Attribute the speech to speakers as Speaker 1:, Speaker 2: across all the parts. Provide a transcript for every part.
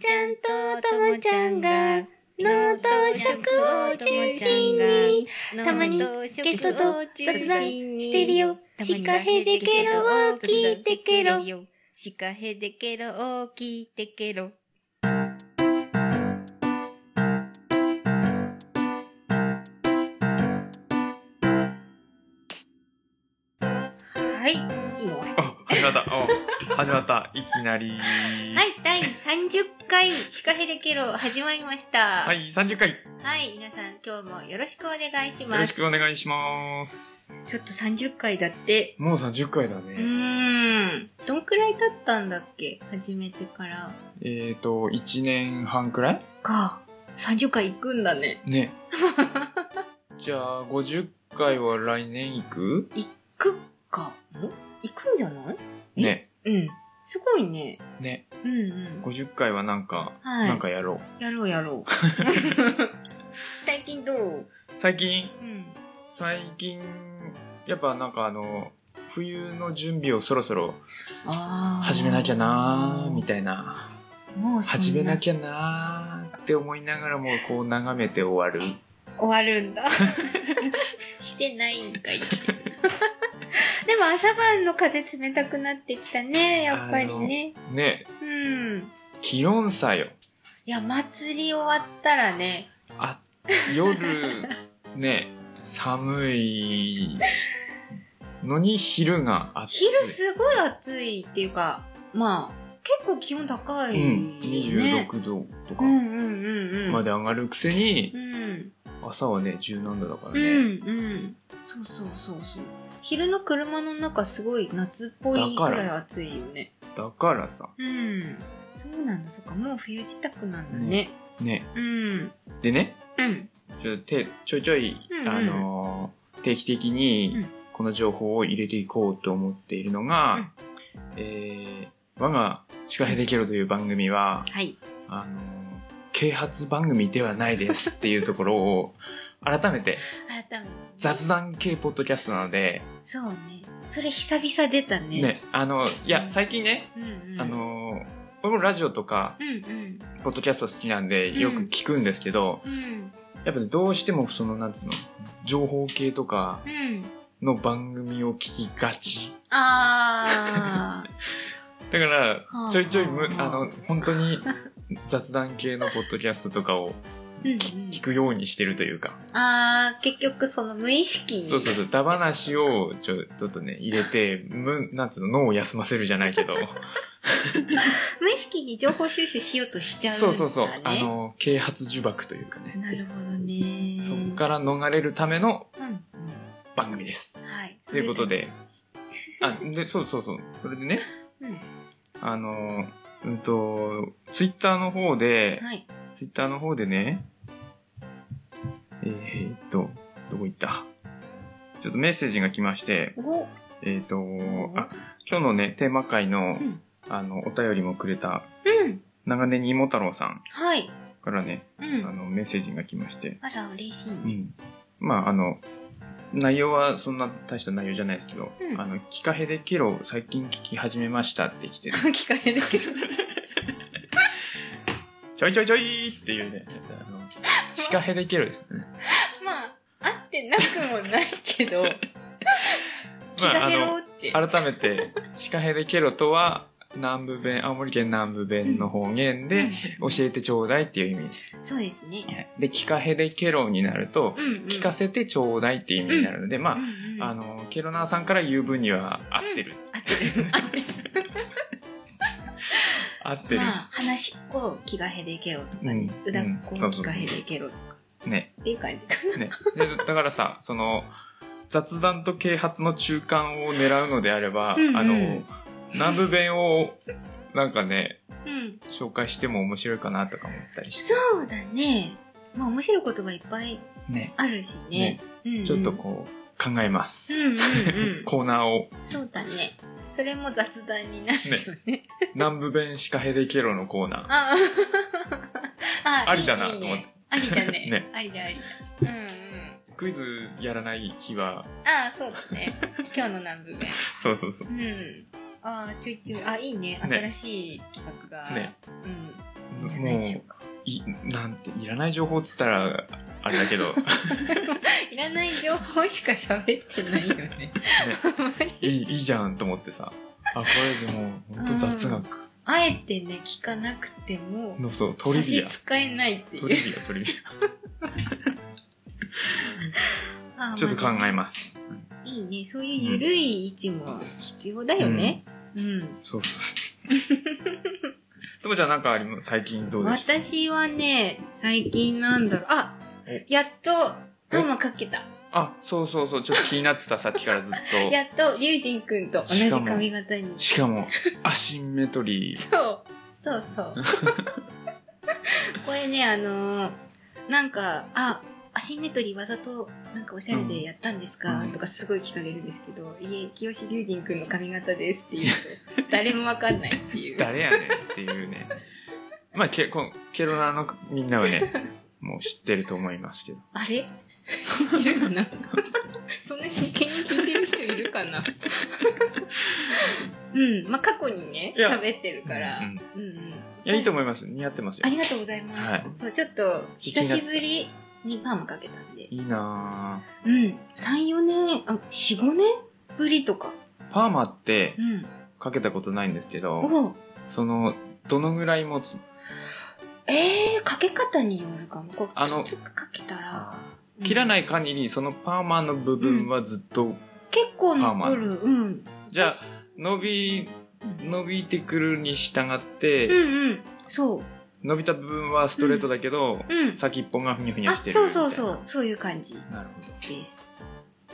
Speaker 1: ちゃんとともちゃんが脳と食を中心にたまにゲストと雑談してるよシカヘデケロを聞いてケロ
Speaker 2: シカヘデケロを聞いてケロはいいいのは。
Speaker 3: あ、始まった。お始まった。いきなり。はい
Speaker 2: 第30回シカヘデケロ始まりました
Speaker 3: は
Speaker 2: はい、
Speaker 3: い、30回。よ
Speaker 2: 皆さん今日もよろしくお願いしま
Speaker 3: ろ
Speaker 2: す
Speaker 3: しくお願いします。
Speaker 2: ちょっと30回だって
Speaker 3: もう30回だ
Speaker 2: う
Speaker 3: ね。
Speaker 2: ーんどんくらい経ったんだっけ始めてから
Speaker 3: えっ、ー、と、1年半くらい
Speaker 2: か30回行くんだね
Speaker 3: ね。じゃあ、50回は来年行く
Speaker 2: 行くかん行くんじゃない
Speaker 3: ね。
Speaker 2: うんすごいね
Speaker 3: ね。
Speaker 2: うんうん
Speaker 3: 50回はなんか、
Speaker 2: はい
Speaker 3: なんかやろう。
Speaker 2: やろうやろう 最近どう
Speaker 3: 最近、
Speaker 2: うん
Speaker 3: 最近、やっぱなんかあの、冬の準備をそろそろ
Speaker 2: ああ
Speaker 3: 始めなきゃなーみ
Speaker 2: い
Speaker 3: たいな。
Speaker 2: もうそん
Speaker 3: 始めなきゃなーって思いながらもこう眺めて終わる。
Speaker 2: 終わるんだしてないんかい でも朝晩の風冷たくなってきたねやっぱりね
Speaker 3: ね、
Speaker 2: うん
Speaker 3: 気温差よ。
Speaker 2: いや祭り終わったらね
Speaker 3: あ、 夜、ね、寒いのに昼が暑い。
Speaker 2: 昼すごい暑いっていうかまあ結構気温高い、ね
Speaker 3: うん、26度とか
Speaker 2: うんうんうんうん
Speaker 3: まで上がるくせに
Speaker 2: う、ん
Speaker 3: 朝はね、十何度だから
Speaker 2: うんう
Speaker 3: ね。
Speaker 2: んそうそうそうそう昼の車の中すごい夏っぽいく
Speaker 3: だから
Speaker 2: らい暑いよね
Speaker 3: だからさ、
Speaker 2: うんそうなんだそっかもう冬支度なんだね
Speaker 3: ね。
Speaker 2: うん
Speaker 3: でね、
Speaker 2: うん
Speaker 3: ちょてちょいちょい、
Speaker 2: うんうん
Speaker 3: あのー定期的に
Speaker 2: うん
Speaker 3: この情報を入れていこうと思っているのが、えー我が「シカヘデケロ」という番組は、
Speaker 2: はい
Speaker 3: あのー啓発番組ではないですっていうところを 改めて
Speaker 2: 改めて
Speaker 3: 雑談系ポッドキャストなので、
Speaker 2: そうねそれ久々出たね
Speaker 3: ね、あのいや最近ね、
Speaker 2: うんうん
Speaker 3: あのー俺もラジオとか
Speaker 2: うんうん
Speaker 3: ポッドキャスト好きなんでよく聞くんですけど、
Speaker 2: うん
Speaker 3: やっぱどうしてもそのなんつうの情報系とか
Speaker 2: うん
Speaker 3: の番組を聞きがち。
Speaker 2: あー
Speaker 3: だから
Speaker 2: はあ、
Speaker 3: ちょいちょいむ、
Speaker 2: はあ
Speaker 3: あの、本当に雑談系のポッドキャストとかを
Speaker 2: うんうん
Speaker 3: き聞くようにしてるというか、
Speaker 2: あー結局その無意識に
Speaker 3: そうそうそう、ダバなしをちょちょっとね、入れて、む、なんつうの、脳を休ませるじゃな いけど、
Speaker 2: 無意識に情報収集しようとしちゃうんだ、
Speaker 3: そ
Speaker 2: ね、
Speaker 3: うそうそう、あの、啓発呪縛というかね、
Speaker 2: なるほどね
Speaker 3: そこから逃れるための
Speaker 2: ら、うん
Speaker 3: 番組です。
Speaker 2: はい、
Speaker 3: ということで
Speaker 2: それが一
Speaker 3: あ、で、そうそうそう、それでね、あの、うんと、ツイッターの方で
Speaker 2: 番、はい
Speaker 3: ツイッターの方でね、えー、っと、どこ行ったちょっとメッセージが来まして、
Speaker 2: お
Speaker 3: えー、っと
Speaker 2: ん、
Speaker 3: あ、今日のね、テーマ会の、
Speaker 2: うん
Speaker 3: あの、お便りもくれた、
Speaker 2: うん
Speaker 3: 長年に芋太郎さん
Speaker 2: はい
Speaker 3: からね、
Speaker 2: う
Speaker 3: あ
Speaker 2: ん
Speaker 3: の、メッセージが来まして、
Speaker 2: あら嬉しい、
Speaker 3: う
Speaker 2: ね
Speaker 3: ん。まあ、あの、内容はそんな大した内容じゃないですけど、
Speaker 2: うん
Speaker 3: あの、キカヘデケロ最近聞き始めましたって来て、
Speaker 2: 聞かれるけど
Speaker 3: ちょいちょいちょいっていうね、あ の、キカヘデケロですね。
Speaker 2: まああってなくもないけど気
Speaker 3: まあ
Speaker 2: が
Speaker 3: あ
Speaker 2: 減
Speaker 3: の
Speaker 2: ろうって、
Speaker 3: 改めてシカヘデケロとは南部弁青森県南部弁の方言で教えてちょうだいっていう意味
Speaker 2: うんそうですね
Speaker 3: でキカヘデケロになると
Speaker 2: うん、うん、
Speaker 3: 聞かせてちょうだいっていう意味になるので、
Speaker 2: う
Speaker 3: ま
Speaker 2: んうん
Speaker 3: ああのケロナーさんから言う分には合ってる、
Speaker 2: あってるあってる
Speaker 3: 合ってる、
Speaker 2: まあ話っこ気が減れけろとかね、
Speaker 3: うん
Speaker 2: うだっこ
Speaker 3: うんそうそ
Speaker 2: 気
Speaker 3: うそ
Speaker 2: が
Speaker 3: う
Speaker 2: 減れけろとか
Speaker 3: ね
Speaker 2: っていう感じか
Speaker 3: ねでだからさその雑談と啓発の中間を狙うのであれば、
Speaker 2: うんうん
Speaker 3: あの南部弁をなんかね
Speaker 2: なうん
Speaker 3: 紹介しても面白いかなとか思ったりし
Speaker 2: そ
Speaker 3: て
Speaker 2: うだねまあ面白い言葉いっぱい
Speaker 3: ね
Speaker 2: あるしねうんうん、
Speaker 3: ちょっとこう考えます、
Speaker 2: うんうんうん
Speaker 3: コーナーを
Speaker 2: そうだねそれも雑談になるよね
Speaker 3: 南部弁シカヘデケロのコーナ
Speaker 2: ああ
Speaker 3: ありだない
Speaker 2: いいいい
Speaker 3: と思っ
Speaker 2: ねありだね
Speaker 3: ね
Speaker 2: ありだありだうんうん
Speaker 3: ークイズやらない日は
Speaker 2: ああそうだね今日の南部目
Speaker 3: そうそうそう
Speaker 2: うんああちょいちょいあいいね
Speaker 3: ね
Speaker 2: 新しい企画が、
Speaker 3: ね
Speaker 2: うんい
Speaker 3: ね
Speaker 2: んじゃないでしょうか。
Speaker 3: い、なんて、いらない情報っつったら、あれだ けど、ね
Speaker 2: いらない情報しか喋ってないよ ね。
Speaker 3: いい、いいじゃんと思ってさ。あ、これでも、ほんと雑学
Speaker 2: あえてね、聞かなくても、
Speaker 3: の、そう、トリビア
Speaker 2: 差。し支えないって
Speaker 3: ト
Speaker 2: い
Speaker 3: リ
Speaker 2: う。
Speaker 3: ビア、トリビ
Speaker 2: あ
Speaker 3: ア。ちょっと考
Speaker 2: まあ
Speaker 3: えます。
Speaker 2: いいね。そういうゆるい位置も必要だよね。うん。
Speaker 3: そ うそう。ともちゃんなんかあります最近どうでした
Speaker 2: 私はね、最近なんだろう。あ
Speaker 3: え
Speaker 2: やっと、ママかけた。
Speaker 3: あ、そうそうそう、ちょっと気になってた、さっきからずっ
Speaker 2: やっと、リュウジンくんと同じ
Speaker 3: しかも
Speaker 2: 髪型に
Speaker 3: と。。しかも、アシンメトリー。
Speaker 2: そう。そうそう。 これね、あのーなんか、あ、アシンメトリーわざと、なんかおしゃれでやったんですか、
Speaker 3: うん
Speaker 2: とかすごい聞かれるんですけど、いえ、清志龍神くんの髪型ですって言うと、誰もわかんないっていう。
Speaker 3: 誰やねんっていうね。まあ、け、このケロナーのみんなはね、もう知ってると思いますけど。
Speaker 2: あれいるかなそんな真剣に聞いてる人いるか なうん。まあ、過去にね、
Speaker 3: いや
Speaker 2: 喋ってるから。
Speaker 3: うん
Speaker 2: うん、うんうん。
Speaker 3: いや、いいと思います。似合ってますよ
Speaker 2: あ。りがとうございます。
Speaker 3: はい
Speaker 2: そう、ちょっと、久しぶりにパーマかけたんで。
Speaker 3: いいな
Speaker 2: うん。3、4年、あ、4、5年ぶりとか。
Speaker 3: ぁ。パーマって
Speaker 2: うん。
Speaker 3: かけたことないんですけど、
Speaker 2: おう
Speaker 3: その、どのぐらい持つ
Speaker 2: ええー、かけ方によるかも。こう、
Speaker 3: あの
Speaker 2: きつくかけたら。。
Speaker 3: 切らないい限り、そのパーマの部分はずっと、
Speaker 2: 結構
Speaker 3: パーマ
Speaker 2: 残る。うん。
Speaker 3: じゃあ、伸び、伸びてくるに従っ
Speaker 2: う
Speaker 3: て、
Speaker 2: んうん。そう。
Speaker 3: 伸びた部分はストレートだけど、
Speaker 2: うん。
Speaker 3: 先っぽがふにゃふにゃ
Speaker 2: あ、
Speaker 3: してる。
Speaker 2: そうそうそう。。そういう感じ
Speaker 3: なるほ
Speaker 2: です。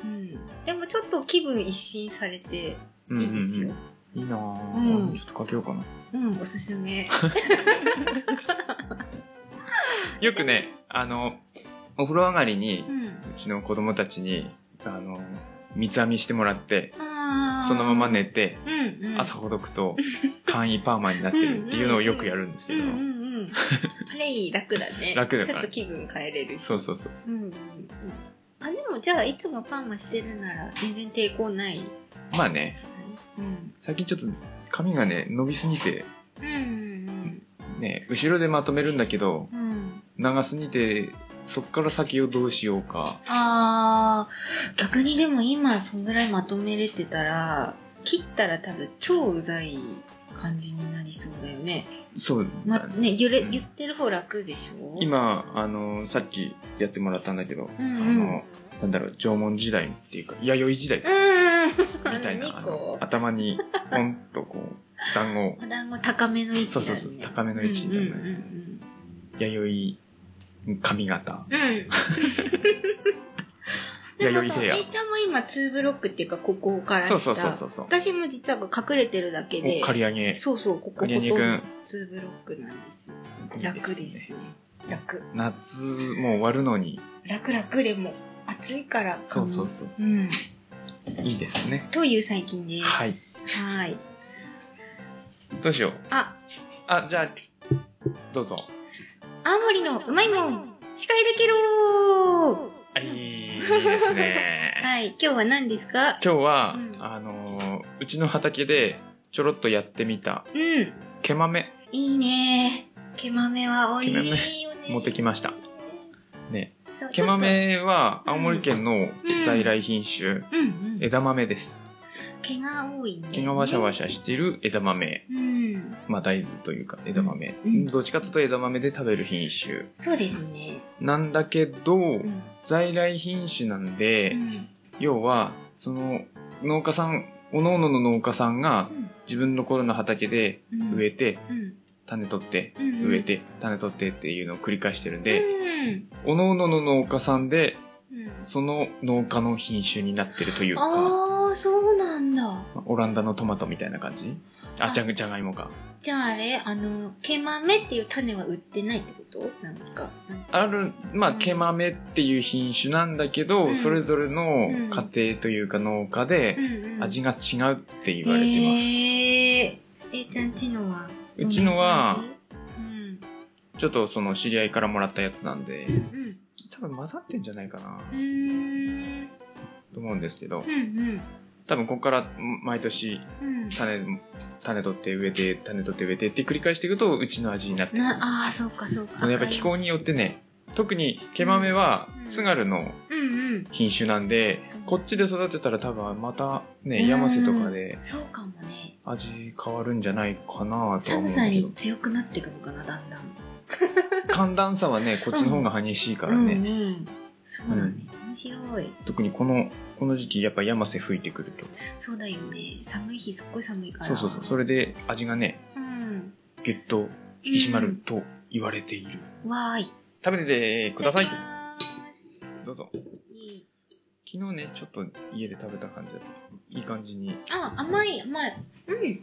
Speaker 2: うん。でもちょっと気分一新されて
Speaker 3: ど。
Speaker 2: いいですよ。
Speaker 3: いいなぁ、
Speaker 2: うん
Speaker 3: ちょっとかけようかな。
Speaker 2: うん、おすすめ。
Speaker 3: よくね、あの、お風呂上がりに
Speaker 2: う、ん。
Speaker 3: うちの子供たちに、あの、三つ編みしてもらって、
Speaker 2: あー
Speaker 3: そのまま。寝て、
Speaker 2: うん、うん。
Speaker 3: 朝ほどくと、簡易パーマになってるっていうのをよくやるんですけど
Speaker 2: う、んうんうん。あれいい、楽だね。
Speaker 3: 楽だ
Speaker 2: ちょ
Speaker 3: から
Speaker 2: っと気分変えれるし。
Speaker 3: そうそうそう。
Speaker 2: うんうんうん。あ、でもじゃあ、いつもパーマしてるなら、全然抵抗ない。
Speaker 3: まあね、
Speaker 2: うん。
Speaker 3: 最近ちょっと髪がね、伸びすぎて、
Speaker 2: うんうん
Speaker 3: ね、後ろでまとめるんだけど、
Speaker 2: うん。うん。
Speaker 3: 長すぎて、そっから先をどうしようか。
Speaker 2: あー、逆にでも今、そんぐらいまとめれてたら、切ったら多分超うざい感じになりそうだよね。
Speaker 3: そう
Speaker 2: ま、
Speaker 3: だね。
Speaker 2: ね、揺れ、
Speaker 3: うん
Speaker 2: 言ってる方楽でしょ、
Speaker 3: 今、あの、さっきやってもらったんだけど、
Speaker 2: うんう
Speaker 3: あ
Speaker 2: ん。
Speaker 3: の、なんだろう、縄文時代っていうか、弥生時代か
Speaker 2: うんうん。
Speaker 3: みた いな、
Speaker 2: 2
Speaker 3: あの
Speaker 2: 個。
Speaker 3: 頭にポンとこう、団子を
Speaker 2: お団子高めの位置だね。
Speaker 3: そうそうそう、高めの位置に
Speaker 2: うんうんう
Speaker 3: 団
Speaker 2: ん
Speaker 3: 子弥生髪型。
Speaker 2: うん。うん。でも
Speaker 3: 弥生
Speaker 2: さ、
Speaker 3: ヘア
Speaker 2: A。ちゃんも今2ブロックっていうか、ここから
Speaker 3: そ
Speaker 2: 下。
Speaker 3: うそうそうそうそう。
Speaker 2: 私も実は隠れてるだけで
Speaker 3: お、。刈り上げ。
Speaker 2: そうそう、ここ、ここ、
Speaker 3: 刈り上げ
Speaker 2: 2
Speaker 3: く
Speaker 2: ブ
Speaker 3: ん。
Speaker 2: ロックなんです。
Speaker 3: いい
Speaker 2: 楽ですね。楽。
Speaker 3: 夏もう終わるのに、
Speaker 2: 楽楽でも、暑いから。
Speaker 3: そうそうそう
Speaker 2: う。うん。
Speaker 3: いいですね。
Speaker 2: という最近です。
Speaker 3: はい
Speaker 2: はい。
Speaker 3: どうしよう。
Speaker 2: あ、
Speaker 3: あ、じゃあ、どうぞ。
Speaker 2: 青森のうまいもん、司会できろー
Speaker 3: あいいで すね。
Speaker 2: はい、今日は何ですか
Speaker 3: 今日は、
Speaker 2: うん
Speaker 3: あのーうちの畑でちょろっとやってみた、
Speaker 2: うん。
Speaker 3: 毛豆。
Speaker 2: いいね毛豆は美味しいよね
Speaker 3: 毛豆持ってきましたね
Speaker 2: そう
Speaker 3: 毛豆は青森県の在来品種、
Speaker 2: ちょっとうんうん
Speaker 3: 枝豆です。
Speaker 2: 毛が多いね
Speaker 3: 毛がわしゃわしゃしてる枝豆。
Speaker 2: うん
Speaker 3: まあ大豆というか枝豆。
Speaker 2: うん
Speaker 3: どっちかというと枝豆で食べる品種。
Speaker 2: そうですね
Speaker 3: なんだけど、
Speaker 2: うん
Speaker 3: 在来品種なんで、
Speaker 2: うん
Speaker 3: 要は、その、農家さん、おののの農家さんが自分の頃の畑で
Speaker 2: うん
Speaker 3: 植えて、
Speaker 2: うん
Speaker 3: 種取って、
Speaker 2: うん
Speaker 3: 植えて、種取ってっていうのを繰り返してるんで、
Speaker 2: うん
Speaker 3: おののの農家さんで、
Speaker 2: うん
Speaker 3: その農家の品種になってるというか、
Speaker 2: ああそうなんだ
Speaker 3: まあオランダのトマトみたいな感じあ、
Speaker 2: あ
Speaker 3: じゃが、じゃがいもか。
Speaker 2: じゃああれあの毛豆っていう種は売ってないってことなんかなんか
Speaker 3: ある、まあ、
Speaker 2: うん
Speaker 3: 毛豆っていう品種なんだけど、
Speaker 2: うん
Speaker 3: それぞれの
Speaker 2: うん
Speaker 3: 家庭というか農家で
Speaker 2: うんうん
Speaker 3: 味が違うって言われてます。
Speaker 2: へえ A ちゃんちのは
Speaker 3: うちのは
Speaker 2: どんな感じ
Speaker 3: ちょっとその知り合いからもらったやつなんで、
Speaker 2: うんうん
Speaker 3: 多分混ざってんじゃないかな
Speaker 2: うーん
Speaker 3: と思うんですけど
Speaker 2: う、んうん
Speaker 3: 多分ここから毎年
Speaker 2: うん。
Speaker 3: 種、種取って植えて、種取って植えてって繰り返していくと、うちの味になってくる。
Speaker 2: なああ、そうかそうか。
Speaker 3: そのやっぱ気候によってね、特に毛豆は
Speaker 2: うん
Speaker 3: 津軽の
Speaker 2: うんうん。
Speaker 3: 品種なんで
Speaker 2: そう、
Speaker 3: こっちで育てたら多分また
Speaker 2: う
Speaker 3: ね、
Speaker 2: ん
Speaker 3: 山瀬とかで
Speaker 2: そうかもね。
Speaker 3: 味変わるんじゃないかなとは思うん
Speaker 2: 寒
Speaker 3: だ
Speaker 2: さ
Speaker 3: け
Speaker 2: に
Speaker 3: ど、
Speaker 2: 強くなっていくのかな、だんだん。
Speaker 3: 寒暖差はね、こっちの方が激しいから
Speaker 2: う
Speaker 3: ね、
Speaker 2: んうん。そうだね。面白い。
Speaker 3: 特にこの、この時期やっぱ山瀬吹いてくると。
Speaker 2: そうだよね。寒い日すっごい寒いから。
Speaker 3: そうそうそう、それで味がね、
Speaker 2: うん。
Speaker 3: ぎゅっと引き締まると言われている。
Speaker 2: わーい。
Speaker 3: 食べててください。どうぞ。
Speaker 2: いい
Speaker 3: 昨日ね、ちょっと家で食べた感じだと、いい感じに。
Speaker 2: あ、甘い、甘い。うん。おいしい。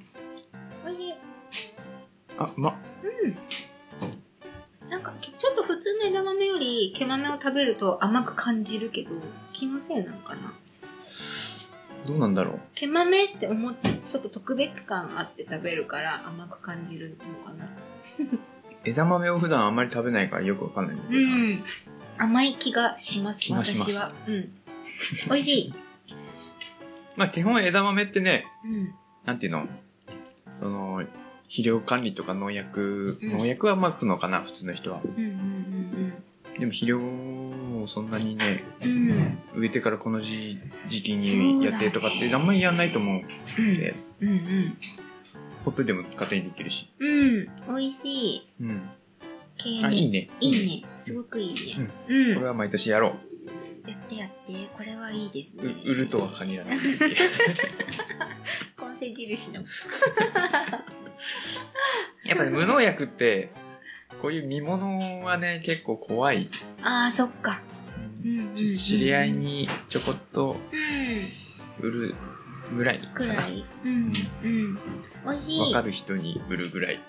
Speaker 3: あ、ま、
Speaker 2: うん。なんか、ちょっと普通の枝豆より毛豆を食べると甘く感じるけど、気のせいなのかな。
Speaker 3: どうなんだろう。
Speaker 2: 毛豆って思って、ちょっと特別感あって食べるから甘く感じるのかな。
Speaker 3: 枝豆を普段あんまり食べないからよくわかんないんだけ
Speaker 2: う
Speaker 3: ど、
Speaker 2: ん。甘い気がします、
Speaker 3: 気がします
Speaker 2: 私は。うん。美味しい。
Speaker 3: まあ基本枝豆ってね、
Speaker 2: うん。
Speaker 3: なんていうのその、肥料管理とか農薬、
Speaker 2: うん
Speaker 3: 農薬はまくのかな、普通の人は。
Speaker 2: うんうん
Speaker 3: でも肥料をそんなにね、
Speaker 2: うんうん。うん。
Speaker 3: 植えてからこの時時期
Speaker 2: そう
Speaker 3: に
Speaker 2: だね
Speaker 3: やってとかってあんまりやんないと思うん
Speaker 2: うん
Speaker 3: で、
Speaker 2: うん
Speaker 3: ほっといても勝手にできるし。
Speaker 2: うん。うん。美味しい。
Speaker 3: うん。
Speaker 2: 系
Speaker 3: あ、
Speaker 2: ね。
Speaker 3: いいね。
Speaker 2: いいね。すごくいいね。
Speaker 3: う。
Speaker 2: うん
Speaker 3: これ。は毎年やろ
Speaker 2: やってやって。これはいいです
Speaker 3: う。
Speaker 2: ね。
Speaker 3: う売るとは 限らない。
Speaker 2: 根性印の。
Speaker 3: やっぱね、無農薬って、こういう見物はね、結構怖い。
Speaker 2: ああ、そっか。うんうんうん
Speaker 3: ちょっと知り合いにちょこっと
Speaker 2: うん。
Speaker 3: 売るぐらいか
Speaker 2: く
Speaker 3: な
Speaker 2: ら。い。うん。うん。美味し
Speaker 3: わ
Speaker 2: い。
Speaker 3: か
Speaker 2: うん。
Speaker 3: る人に売るぐらい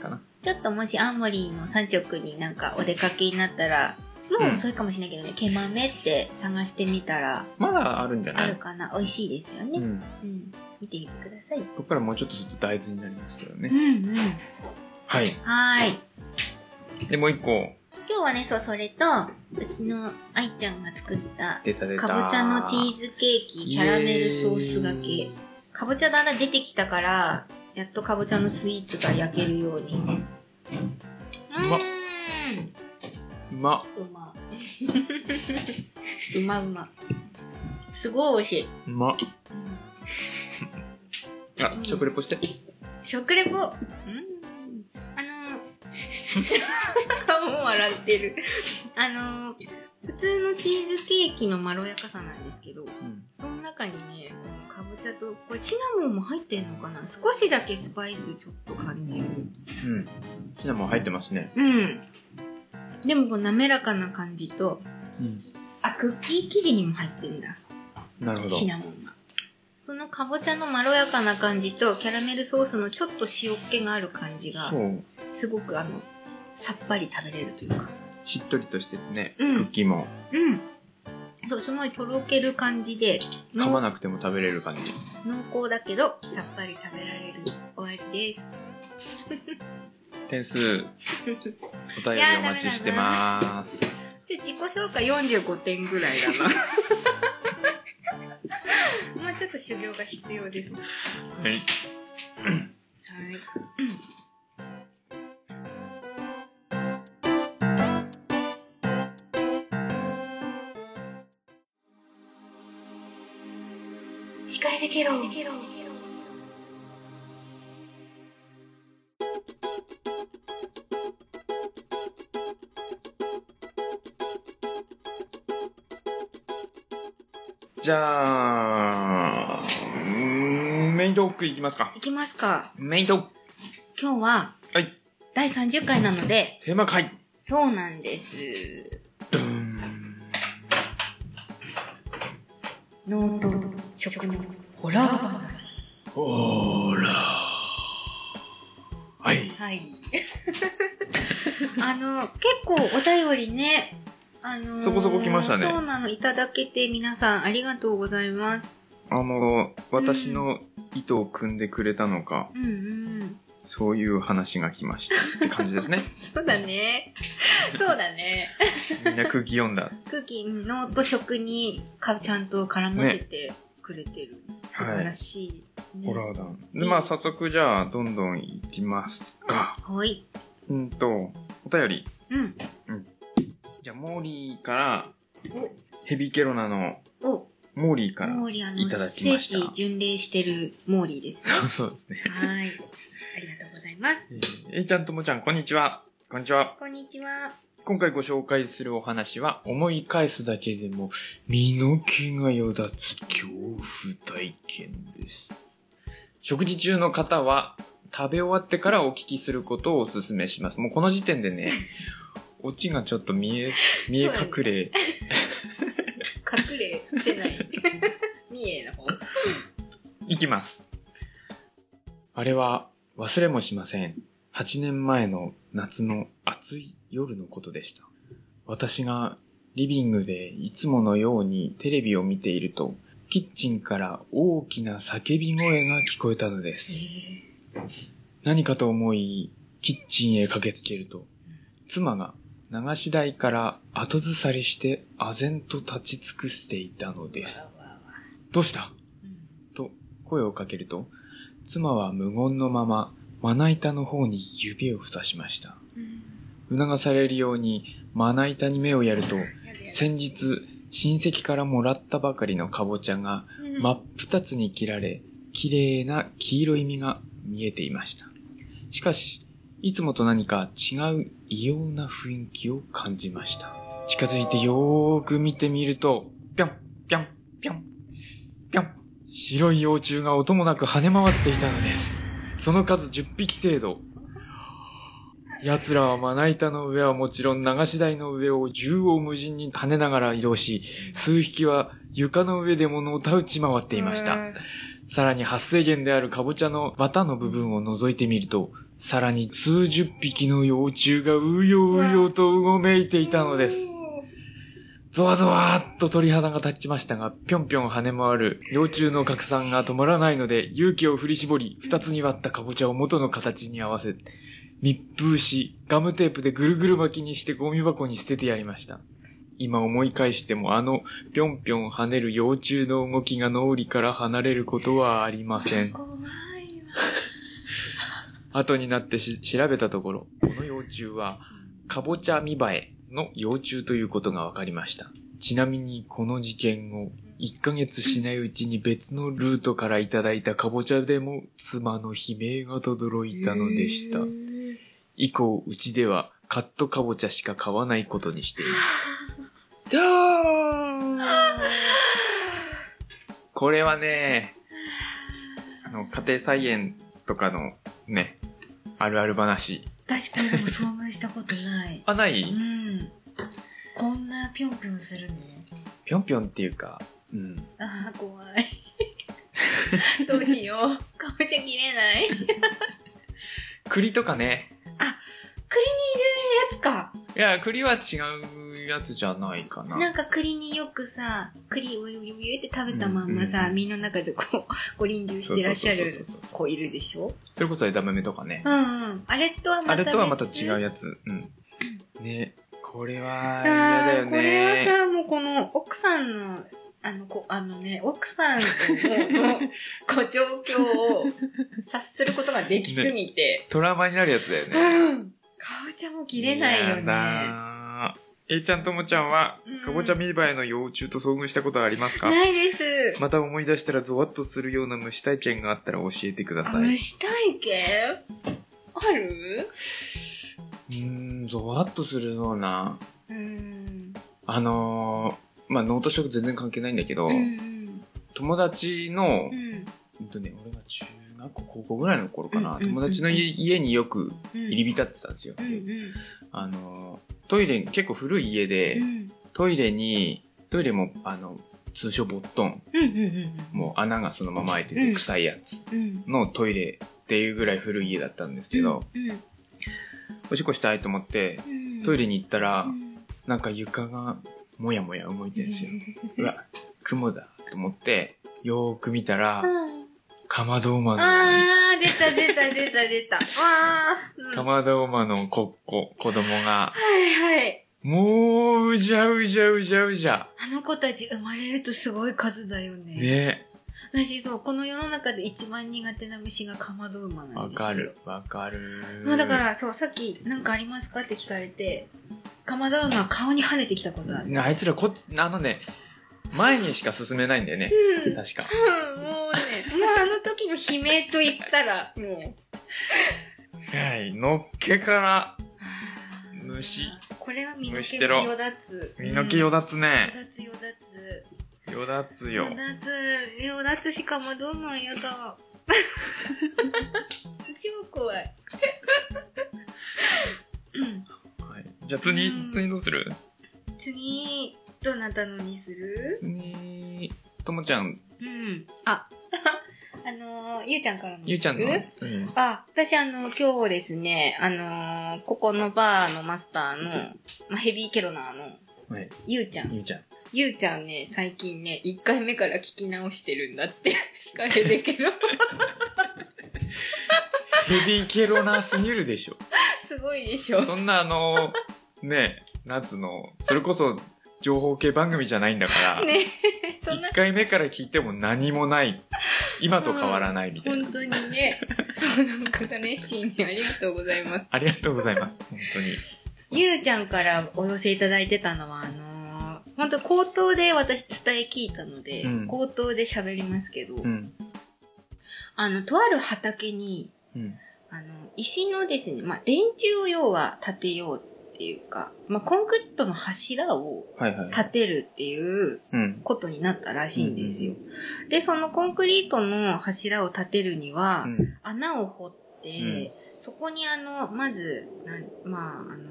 Speaker 3: かな。
Speaker 2: ちょっともしアンモリーの産直になんかお出かけになったら、もう遅いかもしれないけどね、毛豆って探してみたら、
Speaker 3: まだあるんじゃ
Speaker 2: あ
Speaker 3: な
Speaker 2: る
Speaker 3: い
Speaker 2: かな。美味しいですよ
Speaker 3: う
Speaker 2: ね。
Speaker 3: ん。
Speaker 2: うん。見てみてください。
Speaker 3: ここからもうちょっとすると大豆になりますけど
Speaker 2: う
Speaker 3: ね。
Speaker 2: んうん。
Speaker 3: はい。
Speaker 2: はーい。
Speaker 3: で、もう一個
Speaker 2: 今日はね、そう、それと、うちの愛ちゃんが作った、
Speaker 3: 出た出た。
Speaker 2: かぼちゃのチーズケーキ、キャラメルソースが
Speaker 3: イエ
Speaker 2: け
Speaker 3: ーイ。
Speaker 2: かぼちゃだんだん出てきたから、やっとかぼちゃのスイーツが焼けるように。うー
Speaker 3: ま
Speaker 2: ん。
Speaker 3: うま。
Speaker 2: うま。うまうま。すごい美味しい。
Speaker 3: うま。
Speaker 2: うん
Speaker 3: あ、食レポして。
Speaker 2: 食レポ。うん。あのー、 もう笑ってる。あのー、普通のチーズケーキのまろやかさなんですけど、
Speaker 3: うん。
Speaker 2: その中にね、このかぼちゃと、これシナモンも入ってんのかな少しだけスパイスちょっと感じる。
Speaker 3: うん。シナモン入ってますね。
Speaker 2: うん。でもこの滑らかな感じと、
Speaker 3: うん。
Speaker 2: あ、クッキー生地にも入ってんだ。
Speaker 3: なるほど。
Speaker 2: シナモンが。そのかぼちゃのまろやかな感じと、キャラメルソースのちょっと塩っ気がある感じが
Speaker 3: そ、う。
Speaker 2: すごくあの、さっぱり食べれるというか。
Speaker 3: しっとりとしててね、
Speaker 2: うん
Speaker 3: クッキーも
Speaker 2: うん。そう、すごいとろける感じで、
Speaker 3: 噛ま
Speaker 2: の
Speaker 3: なくても食べれる感じ。
Speaker 2: 濃厚だけど、さっぱり食べられるお味です。
Speaker 3: 点数、お便りお待ちしてます。
Speaker 2: じゃあ自己評価45点ぐらいだ な。もうちょっと修行が必要です。はい。
Speaker 3: はい。
Speaker 2: 司会できろ。
Speaker 3: じゃあ、うんメイントークいきますか。
Speaker 2: いきますか。
Speaker 3: メイントーク。
Speaker 2: 今日は
Speaker 3: はい。
Speaker 2: 第30回なので、
Speaker 3: テーマ会。
Speaker 2: そうなんです。
Speaker 3: ドゥーン。
Speaker 2: ノート、食のホラー話。
Speaker 3: ほーら。はい。
Speaker 2: はい。 あの、結構お便りね、あのー
Speaker 3: そこそこ来ましたね
Speaker 2: そうなの、いただけて皆さんありがとうございます。
Speaker 3: あの、私の糸を組んでくれたのか、
Speaker 2: うんうん。
Speaker 3: そういう話が来ましたって感じです ね。
Speaker 2: そうだね。そうだね。
Speaker 3: みんな空気読んだ。
Speaker 2: 空気、ノート食にかちゃんと絡ませてくれてる。素晴らしい、ね
Speaker 3: ホラー団。で、まあ、早速、じゃあ、どんどんいきますか。
Speaker 2: はい。
Speaker 3: うんと、お便り。
Speaker 2: うん。
Speaker 3: じゃあ、モーリーから、ヘビケロナの
Speaker 2: お、
Speaker 3: モーリーから。
Speaker 2: モーリーあ
Speaker 3: い
Speaker 2: の、
Speaker 3: ただき
Speaker 2: 聖
Speaker 3: ました
Speaker 2: 地巡礼してるモーリーですね。
Speaker 3: そうですね。
Speaker 2: はい。ありがとうございます。
Speaker 3: えーえいちゃんともちゃん、こんにちは。こんにちは。
Speaker 2: こんにちは。
Speaker 3: 今回ご紹介するお話は、思い返すだけでも、身の毛がよだつ恐怖体験です。食事中の方は、食べ終わってからお聞きすることをお勧めします。もうこの時点でね、オチがちょっと見え、見え隠れ。
Speaker 2: 隠れて ない。三重の方。
Speaker 3: いきます。あれは忘れもしません。8年前の夏の暑い夜のことでした。私がリビングでいつものようにテレビを見ていると、キッチンから大きな叫び声が聞こえたのです。何かと思い、キッチンへ駆けつけると、妻が流し台から後ずさりして唖然と立ち尽くしていたのです。
Speaker 2: わわわ
Speaker 3: どうした
Speaker 2: うん
Speaker 3: と声をかけると、妻は無言のまま、まな板の方に指をふさしました。促されるように、まな板に目をやると、
Speaker 2: やだやだ
Speaker 3: 先日、親戚からもらったばかりのかぼちゃが、
Speaker 2: うん
Speaker 3: 真っ二つに切られ、綺麗な黄色い実が見えていました。しかし、いつもと何か違う異様な雰囲気を感じました。近づいてよーく見てみると、ぴょん、ぴょん、ぴょん、ぴょん。白い幼虫が音もなく跳ね回っていたのです。その数10匹程度。奴らはまな板の上はもちろん流し台の上を縦横無尽に跳ねながら移動し、数匹は床の上で物を打ち回っていました。さらに発生源であるカボチャの綿の部分を覗いてみると、さらに数十匹の幼虫がうようよとうごめいていたのです。ゾワゾワーっと鳥肌が立ちましたが、ぴょんぴょん跳ね回る幼虫の拡散が止まらないので、勇気を振り絞り、二つに割ったカボチャを元の形に合わせ、密封し、ガムテープでぐるぐる巻きにしてゴミ箱に捨ててやりました。今思い返してもあのぴょんぴょん跳ねる幼虫の動きが脳裏から離れることはありません。
Speaker 2: 怖いわ。
Speaker 3: 後になってし調べたところ、この幼虫は、カボチャミバエの幼虫ということが分かりました。ちなみにこの事件後、1ヶ月しないうちに別のルートからいただいたカボチャでも妻の悲鳴が轟いたのでした
Speaker 2: へ。ー
Speaker 3: 以降、うちではカットカボチャしか買わないことにしています。これはね、あの、家庭菜園とかのね、あるある話。
Speaker 2: 私これでも遭遇したことない。
Speaker 3: あ、な
Speaker 2: う
Speaker 3: い
Speaker 2: ん。こんなぴょんぴょんするの
Speaker 3: ぴょんぴょんっていうか、うん。
Speaker 2: ああ、怖い。 どうしよう。かぼちゃ切れない。栗にいる
Speaker 3: 栗とかね。
Speaker 2: やつか。
Speaker 3: いや、栗は違うやつじゃないかな。
Speaker 2: なんか栗によくさ、栗をよりゆって食べたまんま
Speaker 3: うん
Speaker 2: さ、
Speaker 3: うんうん
Speaker 2: 身の中でこう、ご臨終してらっしゃる
Speaker 3: そうそうそうそうそう
Speaker 2: 子いるでしょ
Speaker 3: それこそ枝豆とかね
Speaker 2: う。んうん。あれとはまた
Speaker 3: あれとはまた
Speaker 2: 別
Speaker 3: 違うやつ。うん。ね、これは
Speaker 2: あー
Speaker 3: 嫌だよ
Speaker 2: これは
Speaker 3: ね。
Speaker 2: さ、もうこの奥さんの、あの、こあのね、奥さんの、こう状況を察することができすぎて。
Speaker 3: トラウマになるやつだよね。
Speaker 2: うん。顔ちゃんも切れないよ
Speaker 3: や
Speaker 2: ね。
Speaker 3: だー。えいちゃんともちゃんは
Speaker 2: うん、
Speaker 3: かぼちゃミーバエの幼虫と遭遇したことはありますか
Speaker 2: ないです。
Speaker 3: また思い出したらゾワッとするような虫体験があったら教えてくだ
Speaker 2: あ
Speaker 3: さい。う
Speaker 2: 虫体験ある
Speaker 3: ーん、ゾワッとするような。
Speaker 2: うん。
Speaker 3: あのー、まあ、脳と食全然関係ないんだけど、
Speaker 2: うん。
Speaker 3: 友達の
Speaker 2: う、ん。
Speaker 3: うんとね、俺が中学校、高校ぐらいの頃かな、
Speaker 2: うんうんうん
Speaker 3: 友達の家家によく入り
Speaker 2: 火
Speaker 3: 浸ってたんですよ。
Speaker 2: うんうん
Speaker 3: あのー、トイレ、結構古い家で、
Speaker 2: うん
Speaker 3: トイレに、トイレも、あの、通称ボットン、
Speaker 2: うんうん
Speaker 3: もう穴がそのまま開い
Speaker 2: う
Speaker 3: てて
Speaker 2: ん
Speaker 3: 臭いやつ
Speaker 2: うんうん
Speaker 3: のトイレっていうぐらい古い家だったんですけど、
Speaker 2: うん
Speaker 3: おしっこしたいと思って、
Speaker 2: うん
Speaker 3: トイレに行ったら、
Speaker 2: うん
Speaker 3: なんか床がもやもや動いてるんですよ。うわ、雲だと思って、よーく見たら、
Speaker 2: うん
Speaker 3: かまど馬の、
Speaker 2: あー出た出た出た出 たわーうん
Speaker 3: か
Speaker 2: は
Speaker 3: まど馬の子、子、子供が、
Speaker 2: いはい
Speaker 3: もう、うじゃうじゃうじゃうじゃ。
Speaker 2: あの子たち生まれるとすごい数だよね
Speaker 3: ね
Speaker 2: 私そう、この世の中で一番苦手な虫がかまど馬なんですよ。
Speaker 3: わかる。わかる。
Speaker 2: まあだか。ら、そう、さっき何かありますかって聞かれて、かまど馬は顔に跳ねてきたことある。
Speaker 3: あいつらこっち、あのね、前にしか進めないんだよね。
Speaker 2: うん。
Speaker 3: 確か。
Speaker 2: うん、もうね、もうあの時の悲鳴と言ったら、もう。
Speaker 3: はい。のっけから、虫。
Speaker 2: これは身の
Speaker 3: 虫
Speaker 2: 毛
Speaker 3: テロ
Speaker 2: もよだつ。
Speaker 3: 身の毛よだつ
Speaker 2: うん
Speaker 3: ね。
Speaker 2: よだつよだつ。
Speaker 3: よだつよ
Speaker 2: よ。だつ、よだつしかもどうもやだ。超怖い。うん
Speaker 3: はい。じゃあ次
Speaker 2: う、ん
Speaker 3: 次どうする
Speaker 2: 次、どなたのにする
Speaker 3: 次、ともちゃん、
Speaker 2: うん。あ、 あのー、ゆうちゃんからの。
Speaker 3: ゆうちゃんの。
Speaker 2: え
Speaker 3: うん。
Speaker 2: あ、私あの、今日ですね、あのーここのバーのマスターの、まあ、ヘビーケロナーの、
Speaker 3: はい。
Speaker 2: ゆうちゃん。
Speaker 3: ゆうちゃん。
Speaker 2: ゆうちゃんね、最近ね、1回目から聞き直してるんだって、 しかれだけ ど。
Speaker 3: ヘビーケロナーすぎるで しょ。
Speaker 2: すごいでしょ。
Speaker 3: そんなあの、ね、夏の、それこそ情報系番組じゃないんだから、
Speaker 2: ね そんな
Speaker 3: 1、回目から聞いても何もない、今と変わらないみたいな。
Speaker 2: 本当にね、そうなんか熱心にありがとうございます。
Speaker 3: ありがとうございます。本当に。
Speaker 2: ゆうちゃんからお寄せいただいてたのは、あのー、本当口頭で私伝え聞いたので、
Speaker 3: うん
Speaker 2: 口頭で喋りますけど、
Speaker 3: うん。
Speaker 2: あの、とある畑に、
Speaker 3: うん。
Speaker 2: あの、石のですね、まあ、電柱を要は建てようっていうか、まあ、コンクリートの柱を
Speaker 3: はいはい。
Speaker 2: 建てるっていう
Speaker 3: うん。
Speaker 2: ことになったらしいんですよ。で、そのコンクリートの柱を建てるには、
Speaker 3: うん。
Speaker 2: 穴を掘って、
Speaker 3: うん
Speaker 2: そこにあの、まず、なんまあ、あの、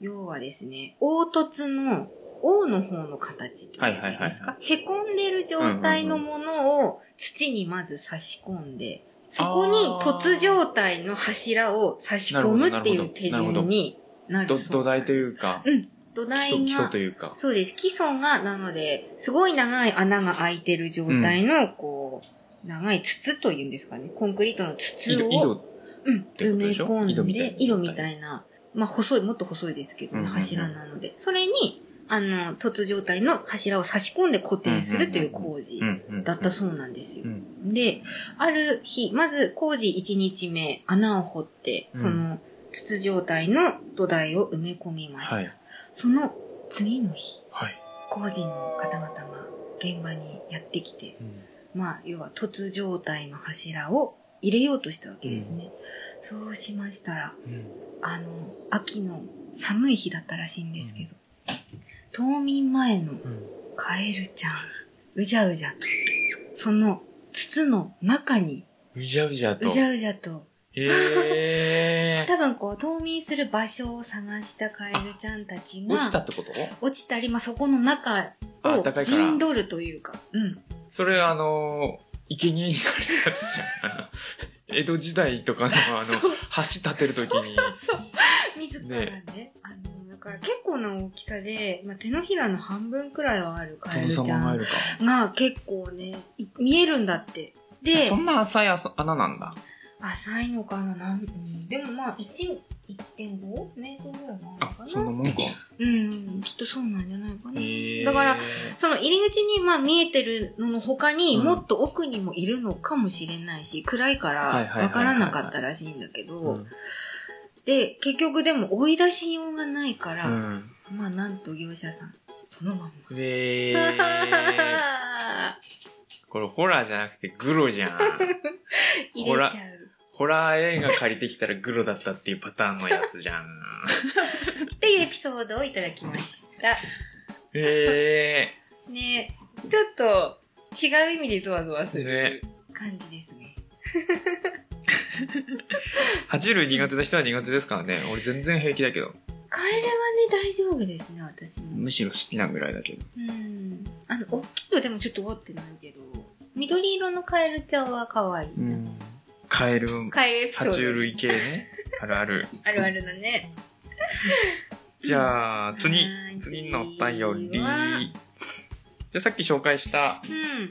Speaker 2: 要はですね、凹凸の、王の方の形というんですか、へこんでる状態のものを土にまず差し込んで、そこに凸状態の柱を差し込むっていう手順にな
Speaker 3: ど
Speaker 2: るそう
Speaker 3: 土
Speaker 2: なん
Speaker 3: 台
Speaker 2: です。。
Speaker 3: といううか、
Speaker 2: うん。土
Speaker 3: 基
Speaker 2: 台
Speaker 3: 礎
Speaker 2: が。
Speaker 3: 基礎というか。
Speaker 2: そうです。基礎が、なので、すごい長い穴が開いてる状態の、こう、長い筒というんですかね。コンクリートの
Speaker 3: 井
Speaker 2: 筒
Speaker 3: 戸、
Speaker 2: を、
Speaker 3: 井戸
Speaker 2: うん、
Speaker 3: て
Speaker 2: 埋
Speaker 3: こと
Speaker 2: め
Speaker 3: でしょ
Speaker 2: 込んで、
Speaker 3: 井戸みたいな
Speaker 2: 井戸みたいな、まあ、細い、もっと細いですけど、
Speaker 3: うんうんうん
Speaker 2: 柱なので、それに、あの、凸状態の柱を差し込んで固定するという工事
Speaker 3: うんうん。
Speaker 2: だったそうなんですよ
Speaker 3: う。
Speaker 2: で、ある日、まず工事1日目、穴を掘って、
Speaker 3: うん
Speaker 2: その筒状態の土台を埋め込みました。
Speaker 3: はい。
Speaker 2: その次の日、
Speaker 3: はい。
Speaker 2: 工事の方々が現場にやってきて、
Speaker 3: うん
Speaker 2: まあ、要は凸状態の柱を入れようとしたわけですね。そうしましたら、あの、秋の寒い日だったらしいんですけど、冬眠前の
Speaker 3: うん。
Speaker 2: カエルちゃん、うじゃうじゃと、その筒の中に、
Speaker 3: うじゃうじゃと
Speaker 2: う。じゃうじゃと、
Speaker 3: へ
Speaker 2: 多分こう、冬眠する場所を探したカエルちゃんたち
Speaker 3: ー。
Speaker 2: が、
Speaker 3: 落ちたってこと
Speaker 2: 落ちたり、まあ、そこの中
Speaker 3: あ
Speaker 2: を
Speaker 3: 暖かいから
Speaker 2: 陣取るというか、うん。
Speaker 3: それあのー、生贄になるやつじゃん あの。江戸時代とかのあの、
Speaker 2: そう
Speaker 3: 橋建てるときに。
Speaker 2: そう。自らね、あの、だから結構な大きさで、まあ、手のひらの半分くらいはあるカエルち
Speaker 3: 殿様
Speaker 2: ゃ
Speaker 3: がい
Speaker 2: ん
Speaker 3: るか。
Speaker 2: が結構ね、い見えるんだって。で
Speaker 3: そ、んな浅い浅穴なんだ。
Speaker 2: 浅いのかななん、うんでもまあ、1、1.5メートルぐらいはある
Speaker 3: あ
Speaker 2: のか、
Speaker 3: そんな
Speaker 2: な
Speaker 3: もんか。
Speaker 2: うん、きっとそうなんじゃないかな。
Speaker 3: へ ー
Speaker 2: だから、その入り口にまあ見えてるのの他に、
Speaker 3: うん
Speaker 2: もっと奥にもいるのかもしれないし、暗いか
Speaker 3: はいはいはい
Speaker 2: ら
Speaker 3: はい
Speaker 2: わからなかったらしいんだけ
Speaker 3: う
Speaker 2: ど
Speaker 3: ん、
Speaker 2: で、結局でも追い出しようがないか
Speaker 3: う
Speaker 2: ら、
Speaker 3: ん。
Speaker 2: まあなんと業者さん、そのまん
Speaker 3: うえ
Speaker 2: ま。
Speaker 3: ー。これホラーじゃなくてグロじゃん。
Speaker 2: 入れちゃう。
Speaker 3: ホラー映画借りてきたらグロだったっていうパターンのやつ じゃん。
Speaker 2: っていうエピソードをいただきました。
Speaker 3: え
Speaker 2: ねちょっと違う意味でゾワゾワす
Speaker 3: ー。
Speaker 2: る
Speaker 3: ね。
Speaker 2: 感じですね。
Speaker 3: 爬虫類苦手な人は苦手ですからね。俺全然平気だけど。
Speaker 2: カエルはね、大丈夫ですね、私も。
Speaker 3: むしろ好きなぐらいだけど。
Speaker 2: うん。あの、大きいのでもちょっと折ってないけど、緑色のカエルちゃんは可愛い。
Speaker 3: うん。カエル、
Speaker 2: カエルエピソー
Speaker 3: 爬
Speaker 2: ド。
Speaker 3: 虫類系ね。あるある。
Speaker 2: あるあるだね。
Speaker 3: じゃあ、次
Speaker 2: はー、い
Speaker 3: 次のお便り。
Speaker 2: 次
Speaker 3: じ
Speaker 2: は
Speaker 3: ゃあさっき紹介した
Speaker 2: う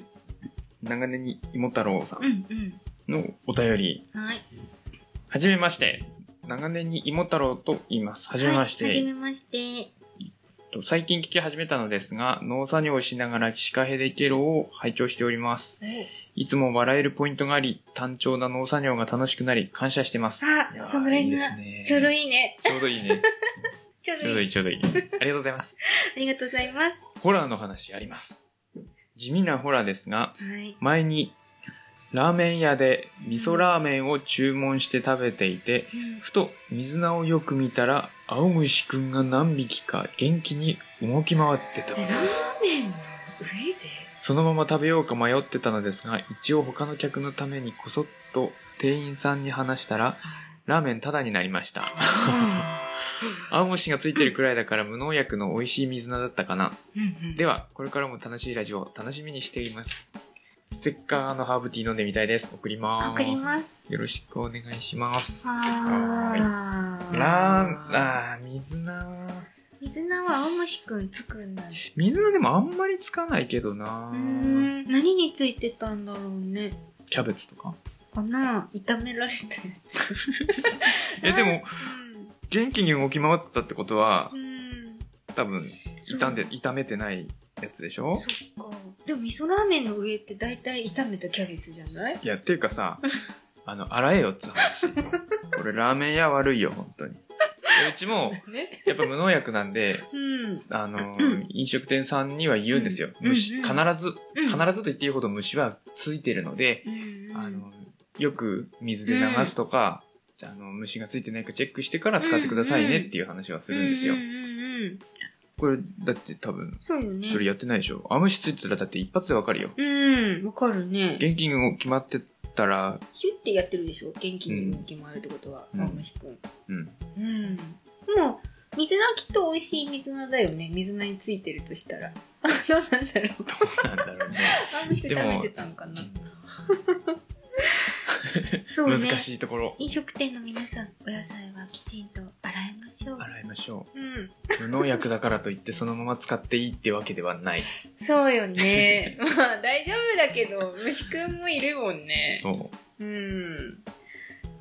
Speaker 2: ん。
Speaker 3: 長年に芋太郎さ
Speaker 2: うんん
Speaker 3: のお便り。
Speaker 2: うん。はい。
Speaker 3: はじめまして。長年に芋太郎と言います。は
Speaker 2: は
Speaker 3: じめまして。
Speaker 2: はじめまして。
Speaker 3: と最近聞き始めたのですが、農作業をしながらシカヘデケロを拝聴しております。いつも笑えるポイントがあり、単調な農作業が楽しくなり、感謝してます。
Speaker 2: あ
Speaker 3: やー
Speaker 2: そんぐらいが
Speaker 3: ですね
Speaker 2: ちょうどいいね。
Speaker 3: ちょうどいいね。
Speaker 2: ちょう
Speaker 3: ち
Speaker 2: ど
Speaker 3: ょう
Speaker 2: いい。
Speaker 3: どいい、ちょうどいい。ありがとうございます。
Speaker 2: ありがとうございます。
Speaker 3: ホラーの話あります。地味なホラーですが、
Speaker 2: はい。
Speaker 3: 前に、ラーメン屋で味噌ラーメンを注文して食べていて、ふと水菜をよく見たら、青虫くんが何匹か元気に動き回ってた
Speaker 2: えラーメンの上 で
Speaker 3: そのまま食べようか迷ってたのですが、一応他の客のためにこそっと店員さんに話したら、ラーメンタダになりました。青虫がついてるくらいだから無農薬の美味しい水菜だったかな。では、これからも楽しいラジオを楽しみにしています。ステッカーのハーブティー飲んでみたいです。送ります。
Speaker 2: 送ります。
Speaker 3: よろしくお願いします。は
Speaker 2: あ
Speaker 3: ーい
Speaker 2: ー
Speaker 3: ラー、あー、水菜。
Speaker 2: 水菜は青虫くんつくんだね。
Speaker 3: 水菜でもあんまりつかないけどな
Speaker 2: うーん。何についてたんだろうね。
Speaker 3: キャベツとか。
Speaker 2: かな炒められたやつ。
Speaker 3: え、でも、
Speaker 2: うん
Speaker 3: 元気に動き回ってたってことは
Speaker 2: う、ん。
Speaker 3: 多分、
Speaker 2: そう
Speaker 3: 傷んで、炒めてないやつでしょ
Speaker 2: そっか。でも味噌ラーメンの上って大体炒めたキャベツじゃない
Speaker 3: いや、っていうか さ、あの、洗えよっつう話。これラーメン屋悪いよ、本当に。でうちも、
Speaker 2: ね。
Speaker 3: やっぱ無農薬なんで、
Speaker 2: うん。
Speaker 3: あの、飲食店さんには言うんですよ。
Speaker 2: うん
Speaker 3: 虫、
Speaker 2: うん
Speaker 3: 必ず、
Speaker 2: うん
Speaker 3: 必ずと言っていいほど虫はついてるので、あの、よく水で流すとか、あの、虫がついてないかチェックしてから使ってくださいねっていう話はす
Speaker 2: す
Speaker 3: るんですよ
Speaker 2: うんう。んうん。
Speaker 3: これ、だって多分、
Speaker 2: そうよね。
Speaker 3: それやってないでしょ。あ、虫ついてたらだって一発でわかるよ。
Speaker 2: うん。わかるね。
Speaker 3: 現金を決まってたら、
Speaker 2: ヒュってやってるでしょ現金に動き回るってことは、
Speaker 3: うん
Speaker 2: 青虫くん。
Speaker 3: うん。
Speaker 2: うん。もう、水菜きっと美味しい水菜だよね。水菜についてるとしたら。 あ、どうなんだろう。
Speaker 3: なんだろうね。
Speaker 2: 青虫くん食べてたのかな。そうね。
Speaker 3: 難しいところ。
Speaker 2: 飲食店の皆さん、お野菜はきちんと洗いましょう。
Speaker 3: 洗いましょ
Speaker 2: うん。
Speaker 3: う。無農薬だからといってそのまま使っていいってわけではない。
Speaker 2: そうよ ね。まあ、大丈夫だけど、虫くんもいるもんね。。
Speaker 3: そう
Speaker 2: ん。う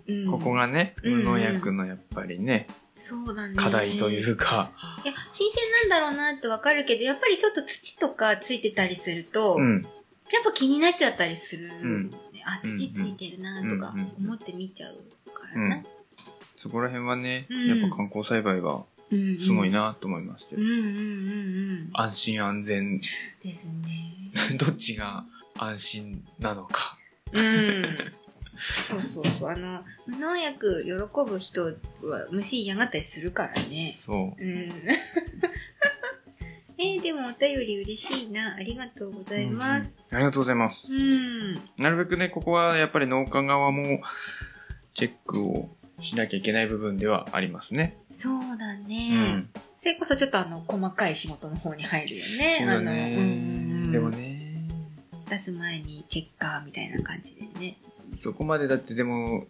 Speaker 3: う。
Speaker 2: ん、
Speaker 3: ここがね、
Speaker 2: うん
Speaker 3: 無農薬のやっぱりね、
Speaker 2: そうだね
Speaker 3: 課題というか、
Speaker 2: いや、新鮮なんだろうなってわかるけど、やっぱりちょっと土とかついてたりすると、
Speaker 3: う
Speaker 2: やっ
Speaker 3: ん。
Speaker 2: ぱ気になっちゃったりする、ね
Speaker 3: ん
Speaker 2: あ、土ついてるなとか
Speaker 3: うんうん
Speaker 2: 思って見ちゃうから
Speaker 3: う
Speaker 2: な。
Speaker 3: ん。そこら辺はね、
Speaker 2: うん
Speaker 3: やっぱ観光栽培が
Speaker 2: うんうん
Speaker 3: すごい。なと思いまして
Speaker 2: うんうんうんうん。
Speaker 3: 安心安全、
Speaker 2: ですね。
Speaker 3: どっちが安心なのか。
Speaker 2: うん。そうそうそう。あの、無農薬喜ぶ人は虫嫌がったりするからね。
Speaker 3: そう。
Speaker 2: うん。 えーでもお便り嬉しいな。ありがとうございます。
Speaker 3: ありがとうございます。
Speaker 2: うん。
Speaker 3: なるべくね、ここはやっぱり農家側もチェックをしなきゃいけない部分ではありますね。
Speaker 2: そうだ
Speaker 3: う
Speaker 2: ね。
Speaker 3: ん。
Speaker 2: それこそちょっとあの、細かい仕事の方に入るよね。
Speaker 3: そうだね
Speaker 2: あの、うん、
Speaker 3: でもね、
Speaker 2: 出す前にチェッカーみたいな感じでね。
Speaker 3: そこまでだってでも、